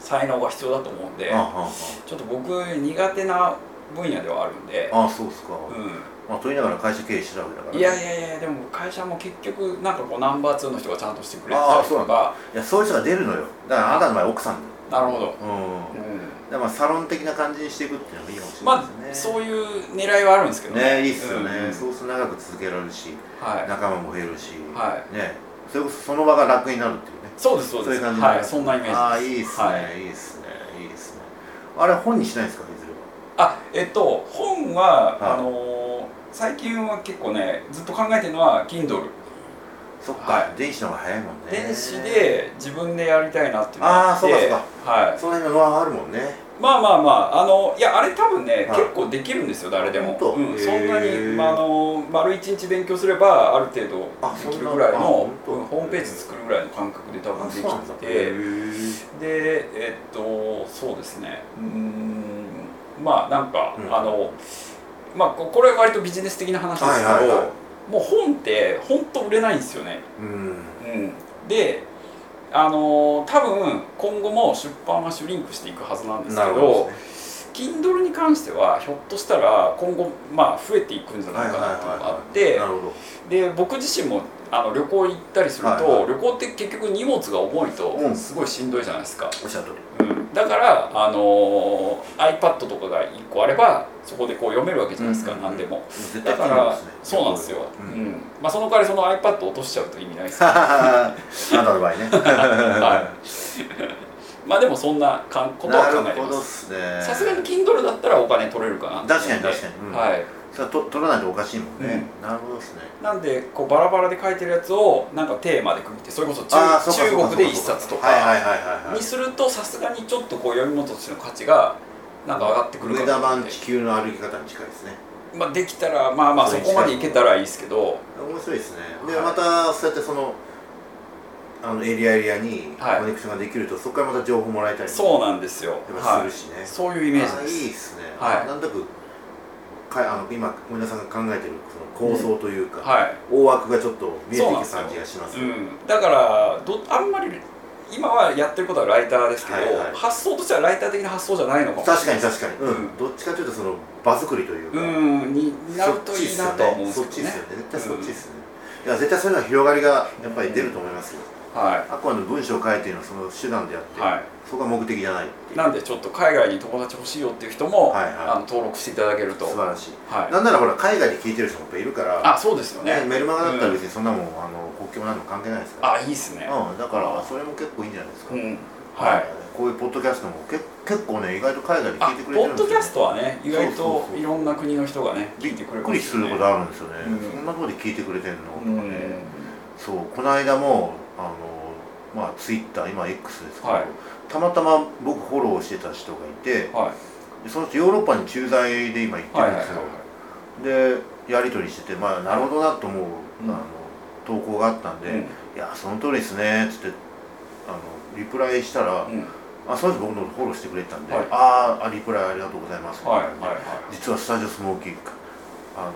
[SPEAKER 3] 才能が必要だと思うんで
[SPEAKER 1] ああ
[SPEAKER 3] ちょっと僕苦手な分野ではあるんで、
[SPEAKER 1] ああそうですか、
[SPEAKER 3] う
[SPEAKER 1] まあ、と言いながら会社経営してたわけだから
[SPEAKER 3] ん、いやいやいやでも会社も結局なんかこうナンバー2の人がちゃんとしてくれて
[SPEAKER 1] あ
[SPEAKER 3] た
[SPEAKER 1] ー
[SPEAKER 3] り
[SPEAKER 1] そうな
[SPEAKER 3] と
[SPEAKER 1] ん
[SPEAKER 3] か
[SPEAKER 1] いやそういう人が出るのよだからあなたの場合奥さんだよ
[SPEAKER 3] なるほど、
[SPEAKER 1] うんだか
[SPEAKER 3] うん
[SPEAKER 1] らまあサロン的な感じにしていくっていうのがいいかもしれ
[SPEAKER 3] ま
[SPEAKER 1] ない
[SPEAKER 3] あ
[SPEAKER 1] ですね、
[SPEAKER 3] そういう狙いはあるんですけどね
[SPEAKER 1] ねいいっすよね、
[SPEAKER 3] うん
[SPEAKER 1] そうすると長く続けられるし
[SPEAKER 3] はい
[SPEAKER 1] 仲間も増えるし、
[SPEAKER 3] はい
[SPEAKER 1] ねそれこそその場が楽になるっていうね
[SPEAKER 3] そうですそう
[SPEAKER 1] そう
[SPEAKER 3] で
[SPEAKER 1] い
[SPEAKER 3] す
[SPEAKER 1] う感じ
[SPEAKER 3] はいそんなイメージです
[SPEAKER 1] ああいいっすね、
[SPEAKER 3] はい
[SPEAKER 1] い、いっすねいいっすねあれ本にしないんですかいずれは
[SPEAKER 3] あえっと本は、
[SPEAKER 1] はい
[SPEAKER 3] あのー最近は結構ねずっと考えてるのは Kindle
[SPEAKER 1] そっか、
[SPEAKER 3] はい
[SPEAKER 1] 電子の方が早いもんね
[SPEAKER 3] 電子で自分でやりたいなっていうのがっ
[SPEAKER 1] あ
[SPEAKER 3] て
[SPEAKER 1] ーそうか
[SPEAKER 3] はい
[SPEAKER 1] その辺のノウハウあるもんね
[SPEAKER 3] まあまあまああのいやあれ多分ね、
[SPEAKER 1] はい
[SPEAKER 3] 結構できるんですよ誰でも
[SPEAKER 1] 本当
[SPEAKER 3] うん、
[SPEAKER 1] へー
[SPEAKER 3] そんなに、まあ、あのー丸一日勉強すればある程
[SPEAKER 1] あ
[SPEAKER 3] 度で
[SPEAKER 1] そん
[SPEAKER 3] きる
[SPEAKER 1] な
[SPEAKER 3] ぐらい
[SPEAKER 1] あ
[SPEAKER 3] の
[SPEAKER 1] 本当
[SPEAKER 3] うんホームページ作るぐらいの感覚で多分でき
[SPEAKER 1] だ
[SPEAKER 3] て
[SPEAKER 1] へ
[SPEAKER 3] て
[SPEAKER 1] ー
[SPEAKER 3] でえっとそうですねうーんまあなんか、
[SPEAKER 1] うん
[SPEAKER 3] あのまあここれは割とビジネス的な話ですけど、
[SPEAKER 1] はいはいは
[SPEAKER 3] もう本って本当売れないんですよね、
[SPEAKER 1] うん
[SPEAKER 3] うん、であの多分今後も出版はシュリンクしていくはずなんですけ
[SPEAKER 1] な
[SPEAKER 3] ど
[SPEAKER 1] るほどですね
[SPEAKER 3] Kindle に関してはひょっとしたら今後まあ増えていくんじゃないかなっていうのがあって、
[SPEAKER 1] なるほど
[SPEAKER 3] で僕自身もあの旅行行ったりすると、
[SPEAKER 1] はいはい
[SPEAKER 3] 旅行って結局荷物が重いうと
[SPEAKER 1] ん
[SPEAKER 3] すごいしんどいじゃないですか、
[SPEAKER 1] おっしゃる通り
[SPEAKER 3] うんだから、あのー iPad とかが1個あればそこでこう読めるわけじゃないですか、
[SPEAKER 1] うんうんうん
[SPEAKER 3] 何でも
[SPEAKER 1] 絶
[SPEAKER 3] だ
[SPEAKER 1] 対気
[SPEAKER 3] か
[SPEAKER 1] になる
[SPEAKER 3] ら
[SPEAKER 1] んですね
[SPEAKER 3] そうなんですよ、う
[SPEAKER 1] うんん
[SPEAKER 3] まあ、その代わりその iPad 落としちゃうと意味ないですけ
[SPEAKER 1] あ
[SPEAKER 3] ど
[SPEAKER 1] なたの場合ね
[SPEAKER 3] はまあでもそんなかんことは考
[SPEAKER 1] なる
[SPEAKER 3] えて
[SPEAKER 1] ほ
[SPEAKER 3] ま
[SPEAKER 1] どっ
[SPEAKER 3] す
[SPEAKER 1] すね
[SPEAKER 3] さすがに Kindle だったらお金取れるかなって
[SPEAKER 1] 確かに確かに、うん
[SPEAKER 3] はい
[SPEAKER 1] それはと取らないとおかしいもんね、なるほどですね
[SPEAKER 3] なんでこうバラバラで書いてるやつをなんかテーマで区切ってそれこそ中
[SPEAKER 1] あーそうかそうか
[SPEAKER 3] 中国で1冊と
[SPEAKER 1] はいはい
[SPEAKER 3] か
[SPEAKER 1] はいはいは
[SPEAKER 3] に
[SPEAKER 1] い
[SPEAKER 3] するとさすがにちょっとこう読み物としての価値がなんか上がってくる
[SPEAKER 1] 上
[SPEAKER 3] かな
[SPEAKER 1] 田
[SPEAKER 3] と思っ
[SPEAKER 1] 版
[SPEAKER 3] て
[SPEAKER 1] 地球の歩き方に近いですね
[SPEAKER 3] まあ、できたらまあまあ
[SPEAKER 1] そ
[SPEAKER 3] そ
[SPEAKER 1] れ
[SPEAKER 3] こまでいけたらいいですけど
[SPEAKER 1] 面白いですねで、
[SPEAKER 3] はい
[SPEAKER 1] またそうやってそのあのエリアエリアに
[SPEAKER 3] はい
[SPEAKER 1] コネクションができると、そこからまた情報もらえたり
[SPEAKER 3] そうなんですよ
[SPEAKER 1] やっぱ
[SPEAKER 3] は
[SPEAKER 1] する
[SPEAKER 3] い
[SPEAKER 1] しね、
[SPEAKER 3] そういうイメージ
[SPEAKER 1] あ
[SPEAKER 3] で
[SPEAKER 1] いい
[SPEAKER 3] す
[SPEAKER 1] ですね、
[SPEAKER 3] はい
[SPEAKER 1] なんとなくかあの今小皆さんが考えてるその構想というか、
[SPEAKER 3] は
[SPEAKER 1] 大枠がちょっと見えてきた
[SPEAKER 3] そうなん
[SPEAKER 1] 感
[SPEAKER 3] です
[SPEAKER 1] じ
[SPEAKER 3] よ
[SPEAKER 1] がします
[SPEAKER 3] い、うん、だからどあんまり今はやってることはライターですけど、
[SPEAKER 1] はいはい
[SPEAKER 3] 発想としてはライター的な発想じゃないのかも
[SPEAKER 1] 確かに確かに、うん
[SPEAKER 3] うん
[SPEAKER 1] どっちかというとその場作りというか、
[SPEAKER 3] うんにな
[SPEAKER 1] そ
[SPEAKER 3] る
[SPEAKER 1] っ
[SPEAKER 3] と
[SPEAKER 1] ちっ
[SPEAKER 3] いい
[SPEAKER 1] すよ
[SPEAKER 3] なとは思うん
[SPEAKER 1] ね
[SPEAKER 3] で
[SPEAKER 1] そっ
[SPEAKER 3] す
[SPEAKER 1] ち
[SPEAKER 3] け
[SPEAKER 1] で
[SPEAKER 3] どね
[SPEAKER 1] すよね絶対そっちですよね、いや絶対そういうのは広がりがやっぱり出ると思いますよ、
[SPEAKER 3] は
[SPEAKER 1] あくまでも文章を書いてるのはその手段であって、
[SPEAKER 3] い、は
[SPEAKER 1] そこが目的じゃないってい
[SPEAKER 3] い、
[SPEAKER 1] う
[SPEAKER 3] なんでちょっと海外に友達欲しいよっていう人も、
[SPEAKER 1] はいはい
[SPEAKER 3] あの登録していただけると
[SPEAKER 1] 素晴らしい、
[SPEAKER 3] はい
[SPEAKER 1] なんならほら海外で聞いてる人もやっぱいるから
[SPEAKER 3] あそうですよね
[SPEAKER 1] ねメルマガだったら別にそんなもん、あの国境なんの関係ないですから
[SPEAKER 3] あいいですね
[SPEAKER 1] うん、だからそれも結構いいんじゃないですか、
[SPEAKER 3] うんはい
[SPEAKER 1] こういうポッドキャストもけ結構ね意外と海外で
[SPEAKER 3] あ
[SPEAKER 1] 聞いてくれ
[SPEAKER 3] ポ
[SPEAKER 1] てる
[SPEAKER 3] ッ
[SPEAKER 1] んです
[SPEAKER 3] ドキ
[SPEAKER 1] よ
[SPEAKER 3] ャストはね意外
[SPEAKER 1] そうそ
[SPEAKER 3] と
[SPEAKER 1] うそう
[SPEAKER 3] いろんな国の人がね聞いて
[SPEAKER 1] びっ
[SPEAKER 3] くれる
[SPEAKER 1] く
[SPEAKER 3] か
[SPEAKER 1] り
[SPEAKER 3] も
[SPEAKER 1] す
[SPEAKER 3] し
[SPEAKER 1] る
[SPEAKER 3] れな
[SPEAKER 1] こ
[SPEAKER 3] い
[SPEAKER 1] とあるんですよね、
[SPEAKER 3] うん
[SPEAKER 1] そんなところで聞いてくれてるのとか
[SPEAKER 3] う
[SPEAKER 1] ね、
[SPEAKER 3] ん
[SPEAKER 1] そうこの間もあのまあツイッター今 X ですけど、
[SPEAKER 3] はい
[SPEAKER 1] たまたま僕フォローしてた人がいて
[SPEAKER 3] はい
[SPEAKER 1] でその人ヨーロッパに駐在で今行ってるんですよ、でやり取りしててまあなるほどなと思う、
[SPEAKER 3] うん
[SPEAKER 1] あの投稿があったんで「
[SPEAKER 3] うん
[SPEAKER 1] いやその通りですね」っつってあのリプライしたら、
[SPEAKER 3] うん
[SPEAKER 1] あその人僕のことフォローしてくれてたんで「
[SPEAKER 3] はい
[SPEAKER 1] あーあリプライありがとうございます」
[SPEAKER 3] はい
[SPEAKER 1] みたいな
[SPEAKER 3] はい
[SPEAKER 1] 実はスタジオスモーキークあ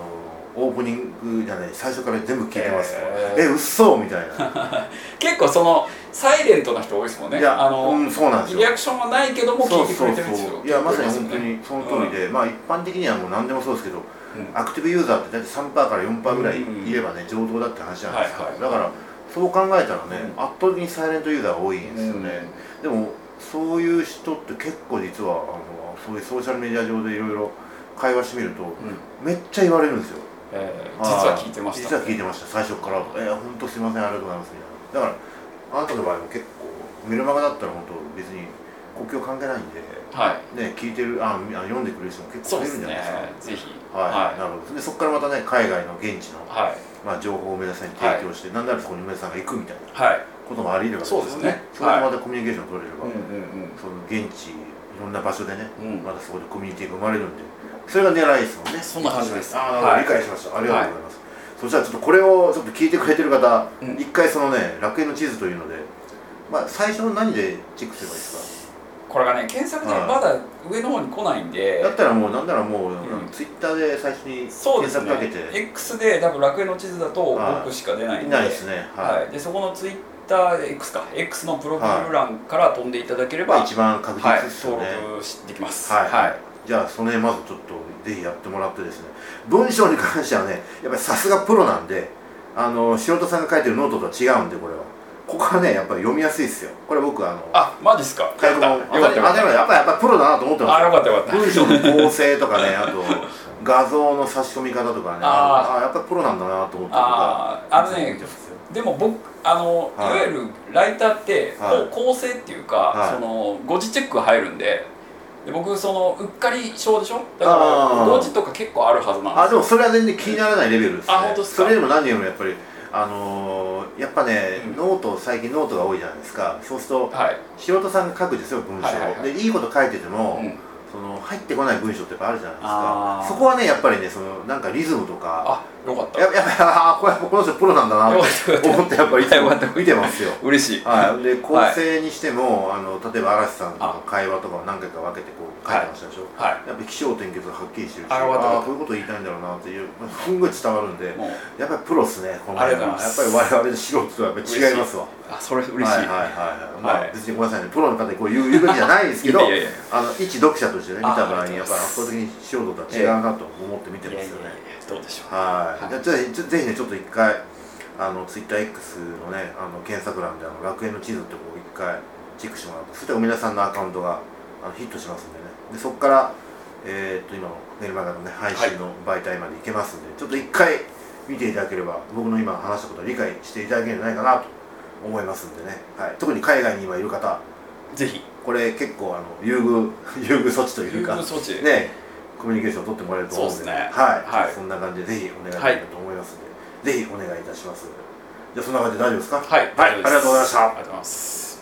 [SPEAKER 1] のオープニングじゃない最初から全部聞いてます」
[SPEAKER 3] へー
[SPEAKER 1] え嘘みたいな、
[SPEAKER 3] 結構そのサイレントな人多いですもんね
[SPEAKER 1] いや
[SPEAKER 3] あの、
[SPEAKER 1] うん、そうなんですよ
[SPEAKER 3] リアクションはないけども
[SPEAKER 1] そ
[SPEAKER 3] 聞
[SPEAKER 1] う
[SPEAKER 3] いて
[SPEAKER 1] そ
[SPEAKER 3] くれ
[SPEAKER 1] う
[SPEAKER 3] てるんですよ
[SPEAKER 1] そういやまさに本当にその通りで、まあ一般的にはもう何でもそうですけど
[SPEAKER 3] うん
[SPEAKER 1] アクティブユーザーって大体3%から4%ぐらい
[SPEAKER 3] うん
[SPEAKER 1] いればね上等だって話なんですよ、
[SPEAKER 3] はいはい
[SPEAKER 1] だからそう考えたらね、
[SPEAKER 3] うん
[SPEAKER 1] 圧倒的にサイレントユーザーが多いんですよ
[SPEAKER 3] うん
[SPEAKER 1] ね、でもそういう人って結構実はあのそういうソーシャルメディア上でいろいろ会話してみると
[SPEAKER 3] うん
[SPEAKER 1] めっちゃ言われるんですよ
[SPEAKER 3] へえー実は聞いてまし
[SPEAKER 1] 実
[SPEAKER 3] た
[SPEAKER 1] は聞いてました最初から「えー、本当すいませんありがとうございます」みたいなだからあなたの場合も結構メルマガだったら本当別に国境関係ないんで
[SPEAKER 3] はい
[SPEAKER 1] ね聞いてるあみあ読んでくれる人も結
[SPEAKER 3] そう
[SPEAKER 1] 構いるん
[SPEAKER 3] です
[SPEAKER 1] じゃ
[SPEAKER 3] ね
[SPEAKER 1] ないですか
[SPEAKER 3] ぜひ
[SPEAKER 1] はい、
[SPEAKER 3] は
[SPEAKER 1] なるほどでそこからまたね海外の現地の、
[SPEAKER 3] いはい
[SPEAKER 1] まあ、情報を梅田さんに提供して、なんならそこに梅田さんが行くみたいな
[SPEAKER 3] はい
[SPEAKER 1] こともあり得るわけ
[SPEAKER 3] そうですね
[SPEAKER 1] そこでまたコミュニケーション取れれば、
[SPEAKER 3] うんうん
[SPEAKER 1] その現地いろんな場所でね、
[SPEAKER 3] うん
[SPEAKER 1] またそこでコミュニティが生まれるんでそれが狙いですもんね
[SPEAKER 3] そんな感じです
[SPEAKER 1] ああ、
[SPEAKER 3] はい
[SPEAKER 1] 理解しましたありがとうございます、そしたらちょっとこれをちょっと聞いてくれてる方、
[SPEAKER 3] うん
[SPEAKER 1] 一回そのね楽園の地図というのでまあ最初何でチェックすればいいです
[SPEAKER 3] これがね検索で
[SPEAKER 1] はい
[SPEAKER 3] まだ上の方に来ないん
[SPEAKER 1] か、
[SPEAKER 3] で、
[SPEAKER 1] だったらもうなんならもう、
[SPEAKER 3] ん
[SPEAKER 1] ツイッターで最初に
[SPEAKER 3] そう
[SPEAKER 1] 検索
[SPEAKER 3] ですね
[SPEAKER 1] かけて
[SPEAKER 3] X で多分楽園の地図だと
[SPEAKER 1] はい
[SPEAKER 3] 僕しか出ない
[SPEAKER 1] い
[SPEAKER 3] んで
[SPEAKER 1] ないですねはい、
[SPEAKER 3] はい、でそこのツイッター X か X のプロフィール欄から飛んでいただけれ
[SPEAKER 1] ま
[SPEAKER 3] ば、
[SPEAKER 1] あ
[SPEAKER 3] はい、
[SPEAKER 1] 一番確実ですよ
[SPEAKER 3] 登
[SPEAKER 1] ね、
[SPEAKER 3] 録しできます
[SPEAKER 1] はい
[SPEAKER 3] はい
[SPEAKER 1] じゃあその辺まずちょっとぜひやってもらってですね文章に関してはねやっぱりさすがプロなんであの塩田さんが書いてるノートとは違うんでこれはここはねやっぱり読みやすいですよこれ僕あの
[SPEAKER 3] あマジっすかよ
[SPEAKER 1] 解
[SPEAKER 3] かっ
[SPEAKER 1] 読も
[SPEAKER 3] たよか
[SPEAKER 1] あ
[SPEAKER 3] った
[SPEAKER 1] でもやっぱやっぱプロだなと思って
[SPEAKER 3] あ
[SPEAKER 1] ま
[SPEAKER 3] よかったよか
[SPEAKER 1] す
[SPEAKER 3] っ
[SPEAKER 1] 文章の構成とかねあと画像の差し込み方とかね
[SPEAKER 3] あ
[SPEAKER 1] あやっぱりプロなんだなと思って僕
[SPEAKER 3] た
[SPEAKER 1] は
[SPEAKER 3] あああのねでも僕あの、
[SPEAKER 1] はい
[SPEAKER 3] い、わゆるライターって、
[SPEAKER 1] はい
[SPEAKER 3] こう構成っていうか、
[SPEAKER 1] はい
[SPEAKER 3] その誤字チェックが入るんでで僕そのうっかり症でしょだ
[SPEAKER 1] あ
[SPEAKER 3] か
[SPEAKER 1] ー
[SPEAKER 3] ら誤字とか結構あるはずなん
[SPEAKER 1] あ
[SPEAKER 3] です
[SPEAKER 1] でもそれは全然気にならないレベルですね
[SPEAKER 3] あ本当ですか
[SPEAKER 1] それよりも何よりもやっぱりあのーやっぱね、
[SPEAKER 3] うん
[SPEAKER 1] ノート最近ノートが多いじゃないですかそうすると
[SPEAKER 3] はい、
[SPEAKER 1] 素人さんが書くんですよ文章、
[SPEAKER 3] はいはいはい
[SPEAKER 1] でいいこと書いてても、
[SPEAKER 3] うん、
[SPEAKER 1] その入ってこない文章ってやっぱあるじゃないです
[SPEAKER 3] あ
[SPEAKER 1] か
[SPEAKER 3] ー
[SPEAKER 1] そこはねやっぱりねそのなんかリズムとか
[SPEAKER 3] あよかった
[SPEAKER 1] ややっぱ りあーこれこの人プロなんだ なと
[SPEAKER 3] よかったよか
[SPEAKER 1] 思っ
[SPEAKER 3] った
[SPEAKER 1] てやっぱりいつ
[SPEAKER 3] よか った
[SPEAKER 1] も見てますよ
[SPEAKER 3] 嬉しい
[SPEAKER 1] はい、で構成にしても、あの例えば嵐さんとの会話とかを何回か分けてこう書いてましたでしょ、
[SPEAKER 3] は
[SPEAKER 1] やっぱり起承転結がはっきりしてるし
[SPEAKER 3] あよかったよか
[SPEAKER 1] あ
[SPEAKER 3] っ
[SPEAKER 1] ー
[SPEAKER 3] た
[SPEAKER 1] こういうこと言いたいんだろうなっていうすんごい伝わるんで
[SPEAKER 3] いもう
[SPEAKER 1] やっぱりプロっすねこの辺は
[SPEAKER 3] ありがとうございます
[SPEAKER 1] やっぱり我々の素人とはやっぱり違いますわ
[SPEAKER 3] あそれ嬉しい、
[SPEAKER 1] はいはいはい、はい、まあ、
[SPEAKER 3] はい
[SPEAKER 1] 別にごめんなさいねプロの方にこう言う言うべきじゃないですけど
[SPEAKER 3] いやいやいや
[SPEAKER 1] あの一読者としてね見
[SPEAKER 3] あ
[SPEAKER 1] た場合にや
[SPEAKER 3] あり
[SPEAKER 1] っ
[SPEAKER 3] がと
[SPEAKER 1] ぱ
[SPEAKER 3] うござい
[SPEAKER 1] り
[SPEAKER 3] ます
[SPEAKER 1] 圧倒的に素人とは違うなと思って見てま
[SPEAKER 3] いやい
[SPEAKER 1] すよ
[SPEAKER 3] やい
[SPEAKER 1] ね
[SPEAKER 3] やどうでしょう
[SPEAKER 1] はい、
[SPEAKER 3] はい
[SPEAKER 1] じゃあちょぜひねちょっと一回あのツイッター X のねあの検索欄であの楽園の地図ってとこを一回チェックしてもらうとそしたら梅田さんのアカウントがあのヒットしますんでねでそこからえーっと今のメルマガのね配信の媒体まで行けますんで、ちょっと一回見ていただければ僕の今話したことを理解していただけるんじゃないかなと思いますんでね、はい、特に海外に今いる方
[SPEAKER 3] ぜひ
[SPEAKER 1] これ結構あの優遇 優遇措置とい
[SPEAKER 3] 優
[SPEAKER 1] うか
[SPEAKER 3] 遇措置
[SPEAKER 1] ね、コミュニケーションを取ってもらえると思うんで
[SPEAKER 3] そうですね
[SPEAKER 1] はい、
[SPEAKER 3] はい
[SPEAKER 1] そんな感じでぜひお願いしたいと思いますので、ぜひお願いいたしますじゃあそんな感じで大丈夫ですか
[SPEAKER 3] はい、
[SPEAKER 1] はい、ありがとうございました
[SPEAKER 3] ありがとうございます